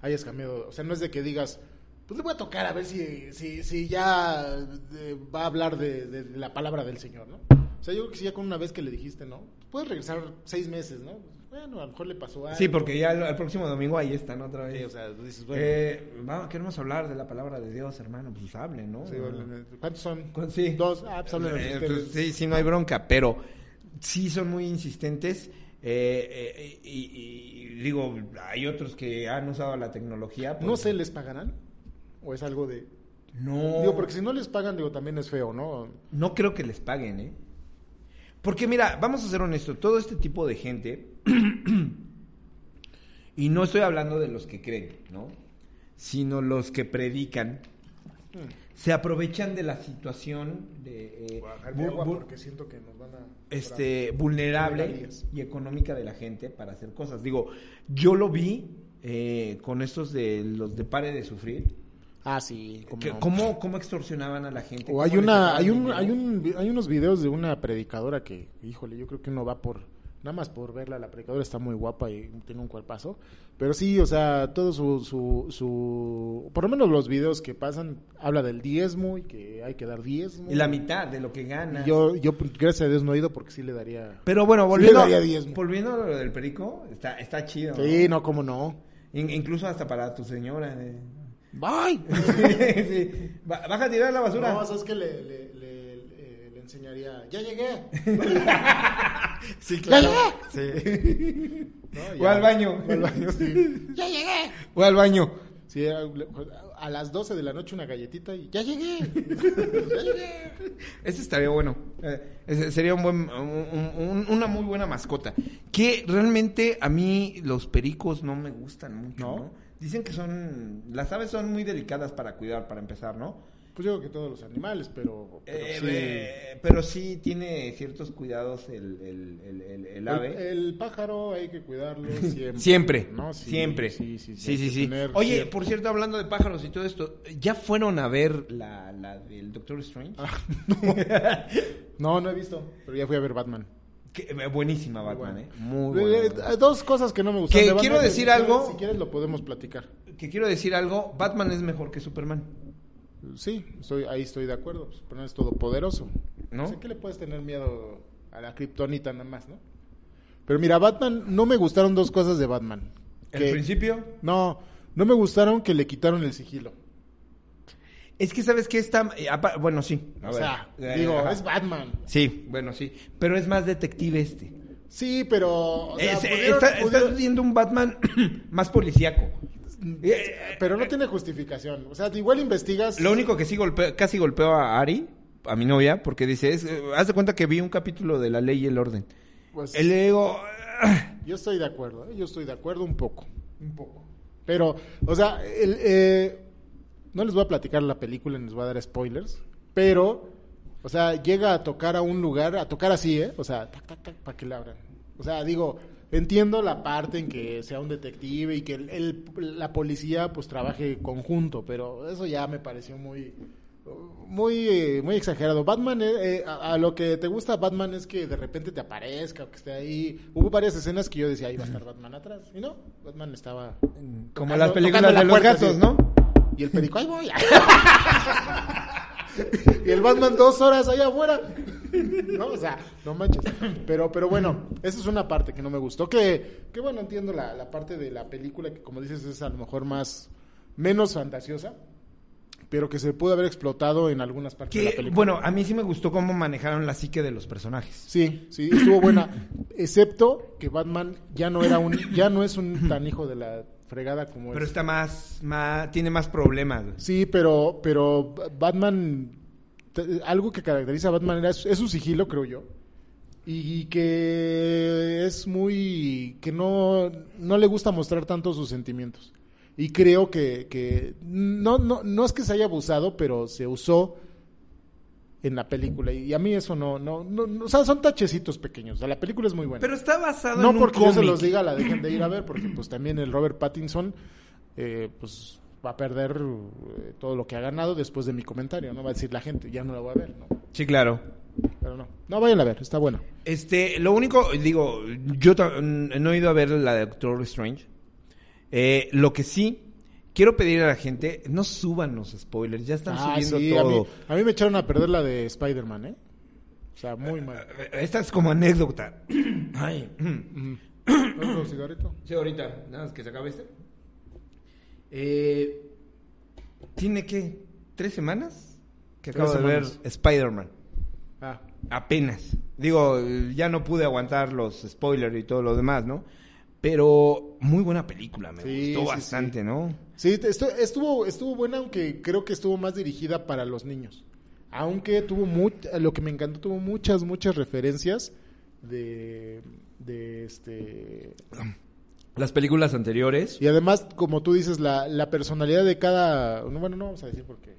Speaker 1: hayas cambiado. O sea, no es de que digas, pues le voy a tocar a ver si, si, si ya eh, va a hablar de, de la palabra del Señor, ¿no? O sea, yo creo que si ya con una vez que le dijiste, ¿no? Puedes regresar seis meses, ¿no? Bueno, a lo mejor le pasó algo.
Speaker 2: Sí, porque ya el, el próximo domingo ahí están otra vez.
Speaker 1: Sí, o sea, dices, bueno,
Speaker 2: Eh, vamos, queremos hablar de la palabra de Dios, hermano. Pues hable, ¿no?
Speaker 1: sí, bueno, ¿cuántos son?
Speaker 2: Con- sí.
Speaker 1: Dos. Ah, pues háblenme
Speaker 2: Eh,
Speaker 1: ustedes.
Speaker 2: pues, sí, sí, no hay bronca, pero sí son muy insistentes. eh, eh, y, y- y digo, hay otros que han usado la tecnología. pues,
Speaker 1: No sé, ¿les pagarán? ¿O es algo de...?
Speaker 2: No,
Speaker 1: Digo, porque si no les pagan, digo, también es feo, ¿no?
Speaker 2: no creo que les paguen, ¿eh? Porque mira, vamos a ser honestos, todo este tipo de gente, y no estoy hablando de los que creen, ¿no? Sino los que predican, se aprovechan de la situación de... eh, bu- bu-
Speaker 1: siento que nos van a...
Speaker 2: este, vulnerable
Speaker 1: Vulnerabilidades.
Speaker 2: y económica de la gente para hacer cosas. Digo, yo lo vi eh, con estos de los de Pare de Sufrir,
Speaker 1: Ah, sí. cómo
Speaker 2: que
Speaker 1: no.
Speaker 2: cómo, cómo extorsionaban a la gente.
Speaker 1: O
Speaker 2: cómo
Speaker 1: hay
Speaker 2: les
Speaker 1: una,
Speaker 2: sacaban
Speaker 1: hay un,
Speaker 2: dinero.
Speaker 1: hay un, vi- hay unos videos de una predicadora que, híjole, yo creo que uno va por, nada más por verla, la predicadora está muy guapa y tiene un cuerpazo, pero sí, o sea, todo su, su, su, por lo menos los videos que pasan, habla del diezmo y que hay que dar diezmo.
Speaker 2: Y la mitad de lo que gana.
Speaker 1: Y yo, yo, gracias a Dios no he ido porque sí le daría.
Speaker 2: Pero bueno,
Speaker 1: Sí,
Speaker 2: volviendo,
Speaker 1: le daría diezmo.
Speaker 2: volviendo a lo del perico, está, está chido.
Speaker 1: Sí, no, cómo no.
Speaker 2: In- incluso hasta para tu señora. eh.
Speaker 1: Bye.
Speaker 2: Sí, sí. Ba- Baja a tirar la basura.
Speaker 1: No, sabes que le, le, le- le- le enseñaría, ya llegué.
Speaker 2: Sí,
Speaker 1: claro.
Speaker 2: Sí.
Speaker 1: ¿no?
Speaker 2: O al baño.
Speaker 1: O al baño, sí. ya llegué.
Speaker 2: O al baño.
Speaker 1: Sí, a, pues, a las 12 de la noche una galletita y ya llegué. ya llegué.
Speaker 2: Ese estaría bueno. Eh, ese sería un buen, un- un- una muy buena mascota. Que realmente a mí los pericos no me gustan mucho.
Speaker 1: ¿No?
Speaker 2: ¿No? Dicen que son, las aves son muy delicadas para cuidar, para empezar, ¿no?
Speaker 1: Pues yo creo que todos los animales, pero, pero
Speaker 2: Eh, eh,
Speaker 1: sí.
Speaker 2: Pero, sí. tiene ciertos cuidados el, el- el- el- el
Speaker 1: El,
Speaker 2: ave.
Speaker 1: el pájaro hay que cuidarlo siempre.
Speaker 2: Siempre,
Speaker 1: eh, ¿no? Sí,
Speaker 2: siempre.
Speaker 1: Sí, sí, sí.
Speaker 2: sí,
Speaker 1: hay que
Speaker 2: sí.
Speaker 1: tener
Speaker 2: Oye,
Speaker 1: cierto-
Speaker 2: por cierto, hablando de pájaros y todo esto, ¿ya fueron a ver la, la del Doctor Strange?
Speaker 1: Ah, No, no he visto, pero ya fui a ver Batman.
Speaker 2: Que- eh, buenísima, Batman,
Speaker 1: bueno.
Speaker 2: ¿eh? Muy
Speaker 1: Eh,
Speaker 2: buena.
Speaker 1: eh, Dos cosas que no me gustan.
Speaker 2: Que
Speaker 1: de Batman,
Speaker 2: quiero decir
Speaker 1: si quieres-
Speaker 2: algo.
Speaker 1: Si quieres lo podemos platicar.
Speaker 2: Que quiero decir algo, Batman es mejor que Superman,
Speaker 1: Sí, estoy, ahí estoy de acuerdo. pues, Superman es todopoderoso.
Speaker 2: ¿no?
Speaker 1: Sé que le puedes tener miedo a la kriptonita nada más, ¿no? Pero mira, Batman, no me gustaron dos cosas de Batman.
Speaker 2: El principio
Speaker 1: No, no me gustaron que le quitaron el sigilo.
Speaker 2: es que sabes que está eh, apa- bueno, sí, a
Speaker 1: o
Speaker 2: ver,
Speaker 1: sea,
Speaker 2: eh,
Speaker 1: digo,
Speaker 2: ajá.
Speaker 1: es Batman.
Speaker 2: Sí, bueno, sí, pero es más detective este.
Speaker 1: Sí, pero. o sea,
Speaker 2: Es- eh,
Speaker 1: pudieron-
Speaker 2: está-
Speaker 1: pudieron- Eh,
Speaker 2: Estás viendo un Batman más policíaco. Eh,
Speaker 1: Pero no tiene justificación. O sea, igual investigas.
Speaker 2: Lo único que sí golpeó, casi golpeó a Ari, a mi novia, porque dice, es, eh, haz de cuenta que vi un capítulo de La Ley y el Orden.
Speaker 1: pues,
Speaker 2: Él le digo, "Ah".
Speaker 1: Yo estoy de acuerdo, ¿eh? yo estoy de acuerdo un poco.
Speaker 2: un poco.
Speaker 1: Pero, o sea, el, eh, no les voy a platicar la película, ni les voy a dar spoilers, pero, o sea, llega a tocar a un lugar, a tocar así, ¿eh? O sea, tac, tac, tac, para que le abran. O sea, digo, entiendo la parte en que sea un detective y que el- el- la policía pues trabaje conjunto, pero eso ya me pareció muy... Muy, eh, muy exagerado. Batman, eh, eh, a, a lo que te gusta Batman es que de repente te aparezca o que esté ahí. Hubo varias escenas que yo decía, ahí va a estar Batman atrás. Y no, Batman estaba
Speaker 2: Como
Speaker 1: Tocando-
Speaker 2: las
Speaker 1: tocando
Speaker 2: películas
Speaker 1: la
Speaker 2: de los
Speaker 1: puerta,
Speaker 2: gatos,
Speaker 1: sí.
Speaker 2: ¿no?
Speaker 1: Y el perico, ahí voy. y el Batman dos horas allá afuera. No, o sea, no manches. Pero, pero bueno, esa es una parte que no me gustó. Que, que bueno, entiendo la, la parte de la película que como dices es a lo mejor más, menos fantasiosa. Pero que se pudo haber explotado en algunas partes de la
Speaker 2: Que,
Speaker 1: película.
Speaker 2: bueno, a mí sí me gustó cómo manejaron la psique de los personajes.
Speaker 1: Sí, sí, estuvo buena. Excepto que Batman ya no era un, ya no es un tan hijo de la fregada como
Speaker 2: Pero
Speaker 1: es.
Speaker 2: está más, más tiene más problemas. güey.
Speaker 1: Sí, pero, pero Batman, te- algo que caracteriza a Batman era, su- es su sigilo, creo yo. Y que es muy, que no, no le gusta mostrar tanto sus sentimientos. Y creo que, que no, no, no es que se haya abusado, pero se usó en la película. Y a mí eso no, no, no, no- o sea, son tachecitos pequeños. O sea, la película es muy buena.
Speaker 2: Pero está basado
Speaker 1: No
Speaker 2: en un
Speaker 1: porque yo se los
Speaker 2: cómic.
Speaker 1: diga, la dejen de ir a ver, porque pues también el Robert Pattinson, eh, pues va a perder eh, todo lo que ha ganado después de mi comentario, ¿no? Va a decir la gente, ya no la voy a ver, ¿no?
Speaker 2: Sí, claro.
Speaker 1: Pero no, no vayan a ver, está buena.
Speaker 2: Este, lo único, digo, yo ta- no he ido a ver la de Doctor Strange. Eh, lo que sí, quiero pedir a la gente, no suban los spoilers, ya están
Speaker 1: Ah,
Speaker 2: subiendo
Speaker 1: sí, a
Speaker 2: todo.
Speaker 1: mí, a mí me echaron a perder la de Spider-Man, ¿eh? O sea, muy
Speaker 2: Eh,
Speaker 1: mal.
Speaker 2: Esta es como anécdota. Ay. mm.
Speaker 1: Ujú. ¿Otro cigarrito?
Speaker 2: Sí, ahorita, nada más que se acabe este. Eh, ¿Tiene qué? ¿Tres semanas? Que
Speaker 1: Tres
Speaker 2: acabo de ver
Speaker 1: semanas.
Speaker 2: Spider-Man.
Speaker 1: Ah,
Speaker 2: Apenas. Digo, ya no pude aguantar los spoilers y todo lo demás, ¿no? Pero muy buena película, me
Speaker 1: Sí,
Speaker 2: gustó
Speaker 1: sí,
Speaker 2: bastante, ¿no?
Speaker 1: Sí, te- estu- estuvo, estuvo buena, aunque creo que estuvo más dirigida para los niños. Aunque tuvo much- lo que me encantó, tuvo muchas, muchas referencias de, de este...
Speaker 2: Las películas anteriores.
Speaker 1: Y además, como tú dices, la, la personalidad de cada... no, Bueno, no vamos a decir por qué.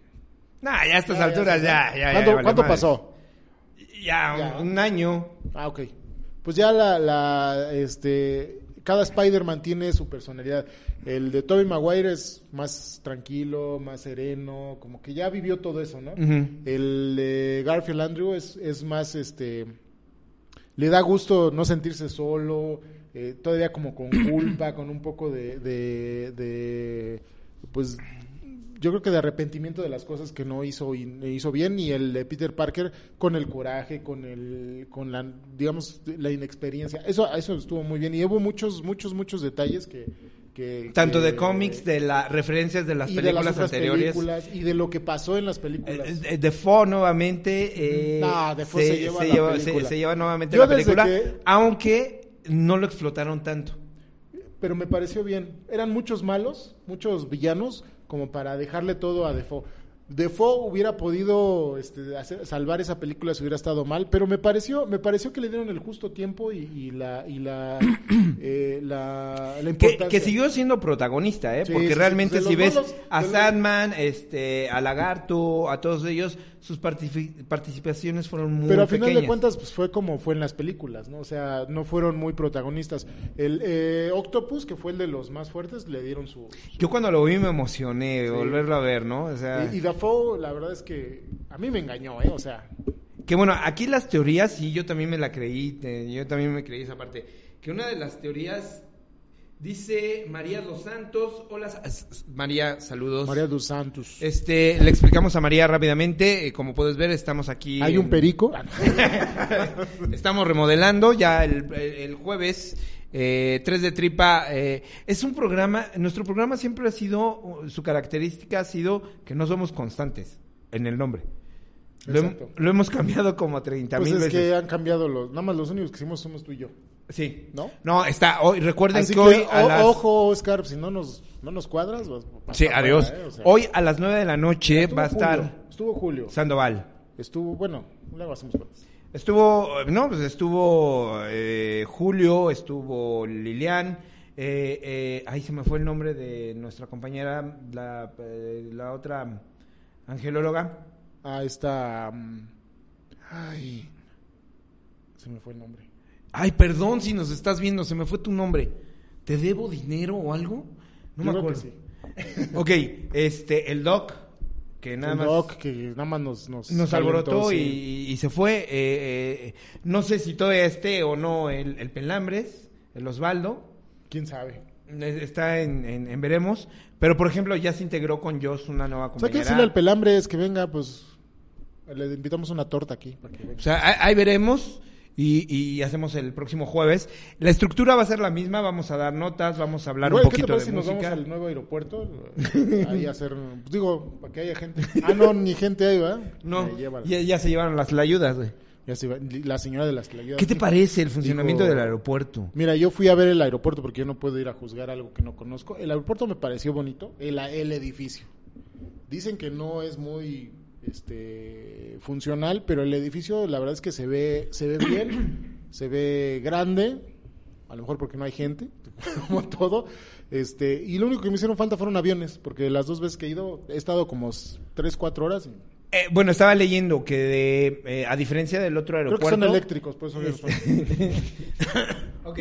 Speaker 2: Nah, ya a estas
Speaker 1: Ya, ya,
Speaker 2: alturas ya,
Speaker 1: ya.
Speaker 2: ya, ya.
Speaker 1: ¿Cuánto,
Speaker 2: ya vale
Speaker 1: cuánto
Speaker 2: madre.
Speaker 1: pasó?
Speaker 2: Ya,
Speaker 1: Ya.
Speaker 2: un año.
Speaker 1: Ah, ok. Pues ya la, la, este, cada Spider-Man tiene su personalidad. El de Tobey Maguire es más tranquilo, más sereno, como que ya vivió todo eso, ¿no?
Speaker 2: Ujú.
Speaker 1: El de Garfield Andrew es, es más, este, le da gusto no sentirse solo, eh, todavía como con culpa, con un poco de, de, de, pues, yo creo que de arrepentimiento de las cosas que no hizo y e hizo bien y el de Peter Parker con el coraje, con el, con la, digamos, la inexperiencia. Eso, eso estuvo muy bien y hubo muchos, muchos, muchos detalles que, que-
Speaker 2: Tanto
Speaker 1: que-
Speaker 2: de cómics, de las referencias Eh, de las
Speaker 1: y de
Speaker 2: películas
Speaker 1: las otras
Speaker 2: anteriores.
Speaker 1: películas y de lo que pasó en las películas.
Speaker 2: Eh, De Fo nuevamente. eh,
Speaker 1: No, Mm, De Fo se lleva la
Speaker 2: lleva,
Speaker 1: película.
Speaker 2: se lleva nuevamente
Speaker 1: Yo
Speaker 2: la
Speaker 1: desde
Speaker 2: película,
Speaker 1: que-
Speaker 2: aunque no lo explotaron tanto.
Speaker 1: pero me pareció bien. Eran muchos malos, muchos villanos, como para dejarle todo a Defoe. Defoe hubiera podido este, hacer- salvar esa película si hubiera estado mal, pero me pareció, me pareció que le dieron el justo tiempo y, y la, y la, eh, la, la
Speaker 2: Que,
Speaker 1: importancia.
Speaker 2: que siguió siendo protagonista, ¿eh?
Speaker 1: Sí,
Speaker 2: Porque
Speaker 1: sí, sí,
Speaker 2: realmente
Speaker 1: pues de
Speaker 2: si
Speaker 1: los
Speaker 2: ves
Speaker 1: malos,
Speaker 2: a
Speaker 1: de los-
Speaker 2: Sandman, este, a Lagarto, a todos ellos, sus partifi- participaciones fueron muy
Speaker 1: Pero a
Speaker 2: pequeñas.
Speaker 1: final de cuentas, pues fue como fue en las películas, ¿no? O sea, no fueron muy protagonistas. El eh, Octopus, que fue el de los más fuertes, le dieron su. su-
Speaker 2: Yo cuando lo vi me emocioné,
Speaker 1: Sí.
Speaker 2: volverlo a ver, ¿no? O sea,
Speaker 1: Y, y Dafoe, la verdad es que a mí me engañó, ¿eh? O sea,
Speaker 2: Que bueno, aquí las teorías, sí, yo también me la creí, te- yo también me creí esa parte. Que una de las teorías dice María Dos Santos, hola, s- s- María, saludos.
Speaker 1: María dos Santos.
Speaker 2: Este, le explicamos a María rápidamente, eh, como puedes ver, estamos aquí.
Speaker 1: Hay
Speaker 2: en-
Speaker 1: un perico. Pues
Speaker 2: Estamos remodelando ya el, el jueves. Eh, 3 de tripa eh, es un programa nuestro programa siempre ha sido uh, su característica ha sido que no somos constantes en el nombre lo, hem-
Speaker 1: Exacto.
Speaker 2: lo hemos cambiado como 30
Speaker 1: Pues
Speaker 2: mil
Speaker 1: es
Speaker 2: veces
Speaker 1: que han cambiado los. Nada más los únicos que hicimos somos tú y yo.
Speaker 2: Sí.
Speaker 1: ¿No?
Speaker 2: No, está hoy. Recuerden
Speaker 1: Así
Speaker 2: que,
Speaker 1: que,
Speaker 2: hoy a
Speaker 1: o-
Speaker 2: las...
Speaker 1: ojo, Oscar, si no nos, no nos cuadras. vas- vas
Speaker 2: Sí,
Speaker 1: para
Speaker 2: adiós.
Speaker 1: afuera, ¿eh? O sea,
Speaker 2: Hoy a las 9 de la noche
Speaker 1: estuvo
Speaker 2: va a estar
Speaker 1: Julio, Estuvo Julio.
Speaker 2: Sandoval.
Speaker 1: Estuvo, bueno, luego hacemos cuentas.
Speaker 2: Estuvo, eh, no, pues estuvo eh, Julio, estuvo Lilian. Eh, eh, ahí se me fue el nombre de nuestra compañera, la, eh, la otra angelóloga.
Speaker 1: Ah, está. mm, Ay. Se me fue el nombre.
Speaker 2: Ay, perdón si nos estás viendo, se me fue tu nombre. ¿Te debo dinero o algo? No
Speaker 1: Yo
Speaker 2: me
Speaker 1: creo que
Speaker 2: acuerdo. Ok, este, el doc, que nada
Speaker 1: El
Speaker 2: más.
Speaker 1: Doc, que nada más nos. Nos,
Speaker 2: Nos alborotó
Speaker 1: alentó,
Speaker 2: y,
Speaker 1: sí.
Speaker 2: y se fue. eh, eh, no sé si todavía esté o no el, el Pelambres, el Osvaldo.
Speaker 1: Quién sabe.
Speaker 2: eh, Está en, en- en Veremos. Pero, por ejemplo, ya se integró con Joss una
Speaker 1: O
Speaker 2: nueva
Speaker 1: sea, hay que
Speaker 2: compañera.
Speaker 1: decirle al pelambre es que venga, pues. Le invitamos una torta aquí. para que venga.
Speaker 2: O sea, ahí, ahí veremos. Y, y hacemos el próximo jueves. La estructura va a ser la misma. Vamos a dar notas, vamos a hablar
Speaker 1: Güey,
Speaker 2: un
Speaker 1: ¿qué te
Speaker 2: poquito
Speaker 1: parece
Speaker 2: de
Speaker 1: si nos
Speaker 2: música.
Speaker 1: vamos al nuevo aeropuerto? Eh, Ahí a hacer, digo, para que haya gente. Ah, no, ni gente ahí, ¿verdad?
Speaker 2: No,
Speaker 1: Me lleva la-
Speaker 2: ya, ya se llevaron las ayudas. güey.
Speaker 1: ya se va, la señora de las que la ayuda.
Speaker 2: ¿Qué te parece el funcionamiento
Speaker 1: Digo-
Speaker 2: del aeropuerto?
Speaker 1: Mira, yo fui a ver el aeropuerto porque yo no puedo ir a juzgar algo que no conozco. El aeropuerto me pareció bonito, el, el edificio. Dicen que no es muy este funcional, pero el edificio la verdad es que se ve se ve bien, se ve grande, a lo mejor porque no hay gente, como todo. Este, y lo único que me hicieron falta fueron aviones, porque las dos veces que he ido he estado como 3 4 horas. y
Speaker 2: Eh, bueno, estaba leyendo que de, eh, a diferencia del otro
Speaker 1: Creo
Speaker 2: aeropuerto...
Speaker 1: que son eléctricos, por eso no son-
Speaker 2: ok.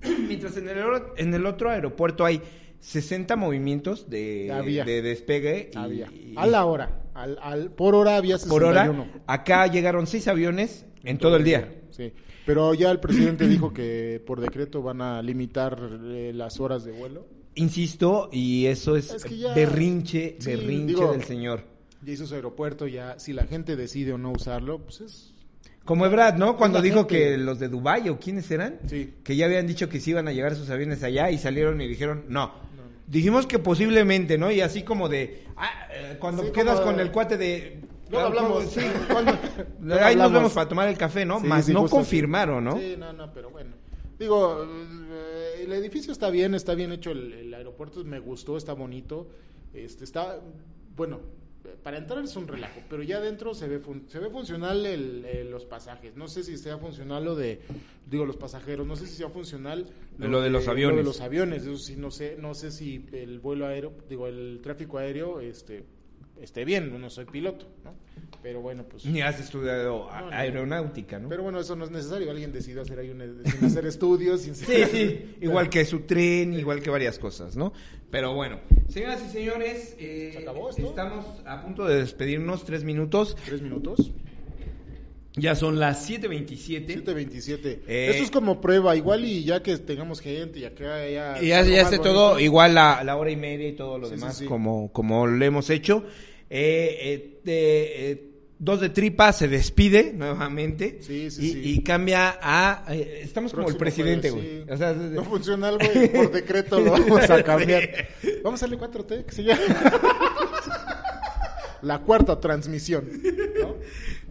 Speaker 2: Mientras en el, oro- en el otro aeropuerto hay 60 movimientos de,
Speaker 1: Había.
Speaker 2: de despegue. y-
Speaker 1: había.
Speaker 2: y-
Speaker 1: A la hora, al, al- por hora había 61.
Speaker 2: Por hora. Acá llegaron 6 aviones en todo el día.
Speaker 1: Sí, pero ya el presidente dijo que por decreto van a limitar eh, las horas de vuelo.
Speaker 2: Insisto, y eso es,
Speaker 1: Es que ya-
Speaker 2: berrinche,
Speaker 1: Sí,
Speaker 2: berrinche
Speaker 1: digo-
Speaker 2: del señor.
Speaker 1: Ya hizo su aeropuerto, ya si la gente decide o no usarlo, pues es...
Speaker 2: Como Ebrad, ¿no? Cuando
Speaker 1: la
Speaker 2: dijo
Speaker 1: gente.
Speaker 2: que los de Dubái o quiénes eran,
Speaker 1: Sí.
Speaker 2: que ya habían dicho que sí iban a llegar sus aviones allá y salieron y dijeron no. Dijimos que posiblemente, ¿no? Y así como de, ah, eh, cuando
Speaker 1: Sí,
Speaker 2: quedas
Speaker 1: como-
Speaker 2: con el cuate de... ah,
Speaker 1: Luego hablamos.
Speaker 2: Sí, cuando-
Speaker 1: Luego
Speaker 2: ahí nos
Speaker 1: hablamos.
Speaker 2: vemos para tomar el café, ¿no?
Speaker 1: Sí,
Speaker 2: Más
Speaker 1: sí,
Speaker 2: no
Speaker 1: justo.
Speaker 2: confirmaron, ¿no?
Speaker 1: Sí, no, no, pero bueno. Digo, eh, el edificio está bien, está bien hecho, el, el aeropuerto me gustó, está bonito, este está, bueno, eh, para entrar es un relajo, pero ya adentro se ve, fun- se ve funcional el, eh, los pasajes, no sé si sea funcional lo de, digo, los pasajeros, no sé si sea funcional
Speaker 2: Lo de los aviones.
Speaker 1: lo de los aviones, eso sí, no sé, no sé si el vuelo aéreo, digo, el tráfico aéreo, este, esté bien, no soy piloto, ¿no? Pero bueno, pues...
Speaker 2: Ni has estudiado a-
Speaker 1: No, no.
Speaker 2: aeronáutica, ¿no?
Speaker 1: Pero bueno, eso no es necesario. Alguien decidió hacer ahí un, e, sin hacer estudios. Sin
Speaker 2: Sí, sí, igual que su tren, igual que varias cosas, ¿no? Pero bueno, señoras y señores, eh,
Speaker 1: ¿Se acabó esto?
Speaker 2: estamos a punto de despedirnos tres minutos.
Speaker 1: Tres minutos.
Speaker 2: Ya son las 7.27.
Speaker 1: 7.27.
Speaker 2: Eh.
Speaker 1: Esto es como prueba. Igual y ya que tengamos gente y acá ya...
Speaker 2: Y ya,
Speaker 1: algo
Speaker 2: ya
Speaker 1: más
Speaker 2: esté
Speaker 1: bonito.
Speaker 2: todo igual la, la hora y media y todo lo
Speaker 1: Sí,
Speaker 2: demás
Speaker 1: sí, sí.
Speaker 2: Como, como lo hemos hecho. Eh, eh, te- eh, Dos de tripa se despide nuevamente
Speaker 1: Sí, sí,
Speaker 2: y,
Speaker 1: sí.
Speaker 2: y cambia a... eh, estamos como el
Speaker 1: Próximo
Speaker 2: presidente,
Speaker 1: jueves,
Speaker 2: güey.
Speaker 1: sí.
Speaker 2: O sea,
Speaker 1: no funciona algo y por decreto lo vamos a cambiar. Vamos a darle 4T, que se llama. La cuarta transmisión. ¿no?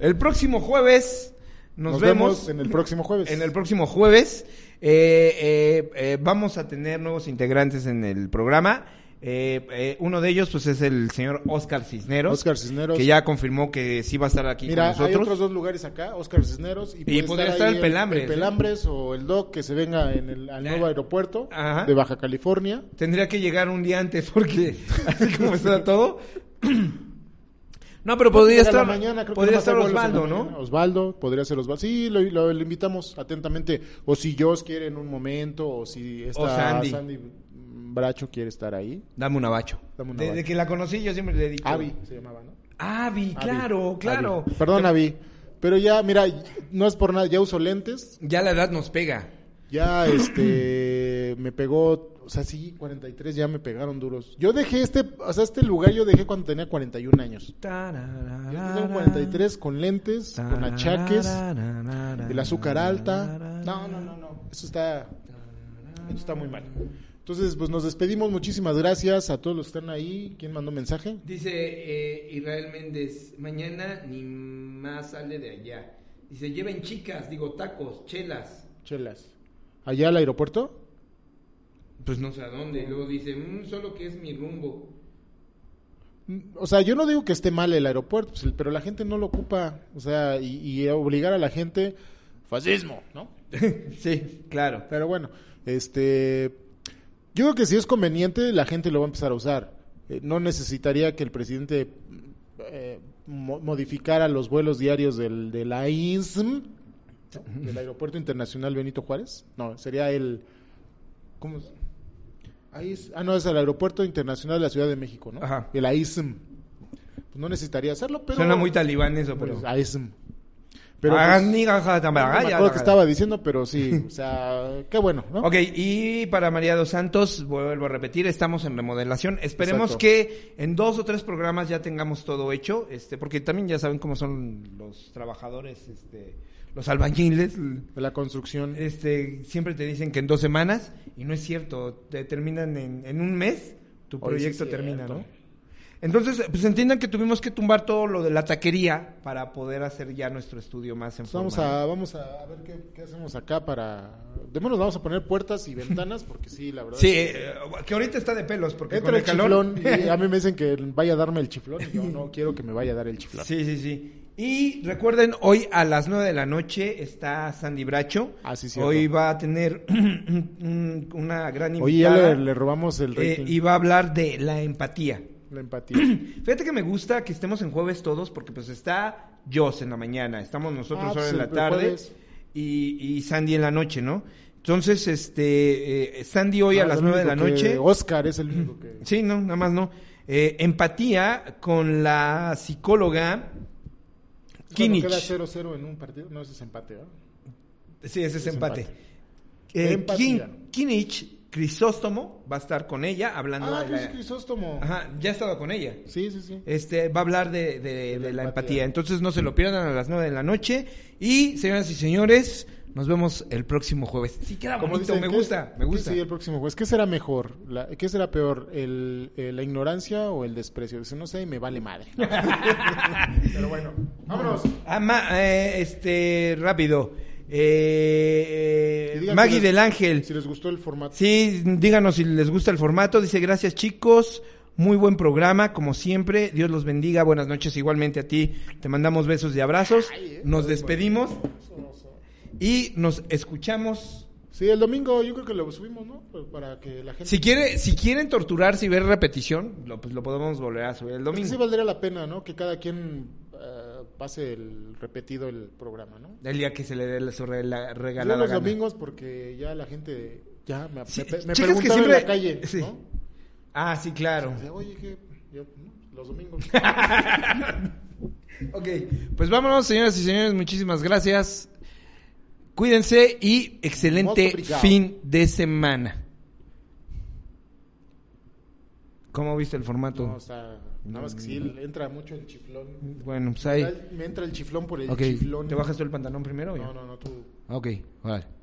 Speaker 2: el próximo jueves nos, vemos
Speaker 1: en el próximo jueves.
Speaker 2: En el próximo jueves eh, eh, eh, vamos a tener nuevos integrantes en el programa. Eh, eh, uno de ellos pues es el señor Oscar Cisneros,
Speaker 1: Oscar Cisneros.
Speaker 2: que ya confirmó que sí va a estar aquí
Speaker 1: Mira,
Speaker 2: con
Speaker 1: hay
Speaker 2: nosotros.
Speaker 1: otros dos lugares acá, Oscar Cisneros y, puede
Speaker 2: podría estar
Speaker 1: ahí
Speaker 2: el Pelambres,
Speaker 1: el
Speaker 2: ¿eh?
Speaker 1: Pelambres o el Doc que se venga en el, al
Speaker 2: Ya.
Speaker 1: nuevo aeropuerto
Speaker 2: Ajá.
Speaker 1: de Baja California.
Speaker 2: Tendría que llegar un día antes porque así como está todo. No, pero podría
Speaker 1: Llega la
Speaker 2: estar,
Speaker 1: mañana, creo que
Speaker 2: podría
Speaker 1: nomás hay
Speaker 2: estar
Speaker 1: vuelos en la
Speaker 2: Osvaldo,
Speaker 1: mañana.
Speaker 2: ¿no?
Speaker 1: Osvaldo, podría ser Osvaldo. Sí, lo, lo- lo invitamos atentamente. O si Jos quiere en un momento, o si esta
Speaker 2: O Sandy.
Speaker 1: Bracho quiere estar ahí.
Speaker 2: Dame un abacho.
Speaker 1: Dame un
Speaker 2: Desde
Speaker 1: abacho.
Speaker 2: que la conocí yo siempre le he dicho.
Speaker 1: Avi se llamaba, ¿no?
Speaker 2: Avi,
Speaker 1: Avi,
Speaker 2: claro,
Speaker 1: Avi.
Speaker 2: claro.
Speaker 1: Perdón, Avi. Pero ya, mira, no es por nada, ya uso lentes.
Speaker 2: Ya la edad nos pega.
Speaker 1: Ya, este, me pegó, o sea, sí, 43 ya me pegaron duros. Yo dejé este, o sea, este lugar yo dejé cuando tenía 41 años. Yo tenía 43 con lentes, con achaques. el azúcar alta. No, no, no, no. Eso está, eso está muy mal. Entonces, pues nos despedimos. Muchísimas gracias a todos los que están ahí. ¿Quién mandó mensaje?
Speaker 2: Dice eh, Israel Méndez, mañana ni más sale de allá. Dice, lleven chicas, digo tacos, chelas.
Speaker 1: Chelas. ¿Allá al aeropuerto?
Speaker 2: Pues no sé a dónde. Luego dice, "Mm, solo que es mi rumbo.
Speaker 1: O sea, yo no digo que esté mal el aeropuerto, pues, el- pero la gente no lo ocupa. O sea, y, y obligar a la gente. Fascismo, ¿no?
Speaker 2: Sí, claro.
Speaker 1: Pero bueno, este. Yo creo que si es conveniente, la gente lo va a empezar a usar. Eh, no necesitaría que el presidente eh, mo- modificara los vuelos diarios del, de la ISM, ¿no? del Aeropuerto Internacional Benito Juárez. No, sería el. ¿Cómo es? Ahí es- ah, no, es el Aeropuerto Internacional de la Ciudad de México, ¿no?
Speaker 2: Ajá.
Speaker 1: El AISM. Pues no necesitaría hacerlo, pero.
Speaker 2: Suena muy talibán eso, pero...
Speaker 1: Pues, AISM. Pero.
Speaker 2: Hagan
Speaker 1: pues,
Speaker 2: ni gaja,
Speaker 1: no me
Speaker 2: tamagaya,
Speaker 1: acuerdo que
Speaker 2: la-
Speaker 1: estaba diciendo, pero sí, o sea, qué bueno, ¿no?
Speaker 2: Ok, y para María dos Santos, vuelvo a repetir, estamos en remodelación. Esperemos
Speaker 1: Exacto.
Speaker 2: que en dos o tres programas ya tengamos todo hecho, este, porque también ya saben cómo son los trabajadores, este, los albañiles, l-
Speaker 1: De la construcción.
Speaker 2: este, siempre te dicen que en dos semanas, y no es cierto, te terminan en, en un mes, tu
Speaker 1: Oye, sí es
Speaker 2: proyecto termina,
Speaker 1: cierto.
Speaker 2: ¿no? Entonces, pues entiendan que tuvimos que tumbar todo lo de la taquería para poder hacer ya nuestro estudio más en
Speaker 1: Pues vamos
Speaker 2: forma.
Speaker 1: a, vamos a ver qué, qué hacemos acá para. De menos vamos a poner puertas y ventanas, porque sí, la verdad.
Speaker 2: Sí,
Speaker 1: es que-
Speaker 2: eh, que ahorita está de pelos, porque con
Speaker 1: Entra el
Speaker 2: el calor...
Speaker 1: chiflón y a mí me dicen que vaya a darme el chiflón y yo no quiero que me vaya a dar el chiflón.
Speaker 2: Sí, sí, sí. Y recuerden, hoy a las 9 de la noche está Sandy Bracho.
Speaker 1: Ah, sí, cierto.
Speaker 2: Hoy va a tener un- una gran invitada.
Speaker 1: Oye, ya le, le robamos el
Speaker 2: eh,
Speaker 1: rating.
Speaker 2: y va a hablar de la empatía.
Speaker 1: La empatía.
Speaker 2: Fíjate que me gusta que estemos en jueves todos porque pues está Joss en la mañana, estamos nosotros
Speaker 1: Ah,
Speaker 2: ahora
Speaker 1: pues
Speaker 2: en la
Speaker 1: el
Speaker 2: tarde
Speaker 1: jueves.
Speaker 2: y, y Sandy en la noche, ¿no? Entonces, este, eh, Sandy hoy a
Speaker 1: Ah,
Speaker 2: las
Speaker 1: el
Speaker 2: 9 de la
Speaker 1: único que-
Speaker 2: noche.
Speaker 1: Oscar es el único que.
Speaker 2: Sí, no, nada más no. Eh, empatía con la psicóloga Kinich.
Speaker 1: Bueno, queda 0-0 en un partido. No, ese es empate, ¿verdad?
Speaker 2: Sí, ese es
Speaker 1: Es
Speaker 2: empate.
Speaker 1: empate.
Speaker 2: Eh,
Speaker 1: Empatía.
Speaker 2: Kin- Kinich Crisóstomo va a estar con ella hablando
Speaker 1: Ah,
Speaker 2: de
Speaker 1: Luis
Speaker 2: la...
Speaker 1: Crisóstomo.
Speaker 2: Ajá, ya ha estado con ella.
Speaker 1: Sí, sí, sí.
Speaker 2: Este, va a hablar de, de- de
Speaker 1: la
Speaker 2: la empatía.
Speaker 1: empatía.
Speaker 2: Entonces no se lo pierdan a las 9 de la noche. Y, señoras y señores, nos vemos el próximo jueves. Sí, queda
Speaker 1: Como
Speaker 2: bonito,
Speaker 1: dicen,
Speaker 2: me
Speaker 1: ¿qué-
Speaker 2: gusta,
Speaker 1: qué
Speaker 2: me gusta.
Speaker 1: sigue el próximo juez. ¿Qué será mejor? La- ¿Qué será peor? El, eh, ¿La ignorancia o el desprecio? Dice, no sé, me vale madre. Pero bueno, vámonos.
Speaker 2: Ah, ma- eh, este, rápido. Eh,
Speaker 1: Y
Speaker 2: eh,
Speaker 1: digan
Speaker 2: Maggie
Speaker 1: si les-
Speaker 2: del Ángel.
Speaker 1: Si les gustó el formato.
Speaker 2: Sí, díganos si les gusta el formato. Dice, gracias chicos. Muy buen programa, como siempre. Dios los bendiga. Buenas noches igualmente a ti. Te mandamos besos y abrazos.
Speaker 1: Ay, eh.
Speaker 2: Nos despedimos y nos escuchamos.
Speaker 1: Sí, el domingo yo creo que lo subimos, ¿no? Pues Para que la gente...
Speaker 2: Si, quiere, si quieren torturarse y ver repetición, lo, pues lo podemos volver a subir el
Speaker 1: Es que sí
Speaker 2: domingo.
Speaker 1: valdría la pena, ¿no? Que cada quien eh, pase el repetido el programa, ¿no?
Speaker 2: El día que se le dé la, su re- la
Speaker 1: Yo
Speaker 2: regalada
Speaker 1: los
Speaker 2: gana.
Speaker 1: domingos porque ya la gente... Ya me,
Speaker 2: Sí,
Speaker 1: me, me
Speaker 2: chicas
Speaker 1: preguntaba
Speaker 2: que
Speaker 1: en
Speaker 2: siempre-
Speaker 1: la calle,
Speaker 2: sí.
Speaker 1: ¿no?
Speaker 2: Ah, sí, claro.
Speaker 1: Decía, Oye, que... Los domingos.
Speaker 2: Ok, pues vámonos, señoras y señores, muchísimas gracias. Cuídense y
Speaker 1: Muito
Speaker 2: excelente
Speaker 1: obrigado.
Speaker 2: fin de semana. ¿Cómo viste el formato?
Speaker 1: No, o sea, nada más que sí, le entra mucho el chiflón.
Speaker 2: Bueno, pues Mm. ahí.
Speaker 1: Me entra el chiflón por el
Speaker 2: Ok,
Speaker 1: chiflón.
Speaker 2: ¿te bajas tú el pantalón primero? o yo?
Speaker 1: No, no, no, tú.
Speaker 2: Ok, vale.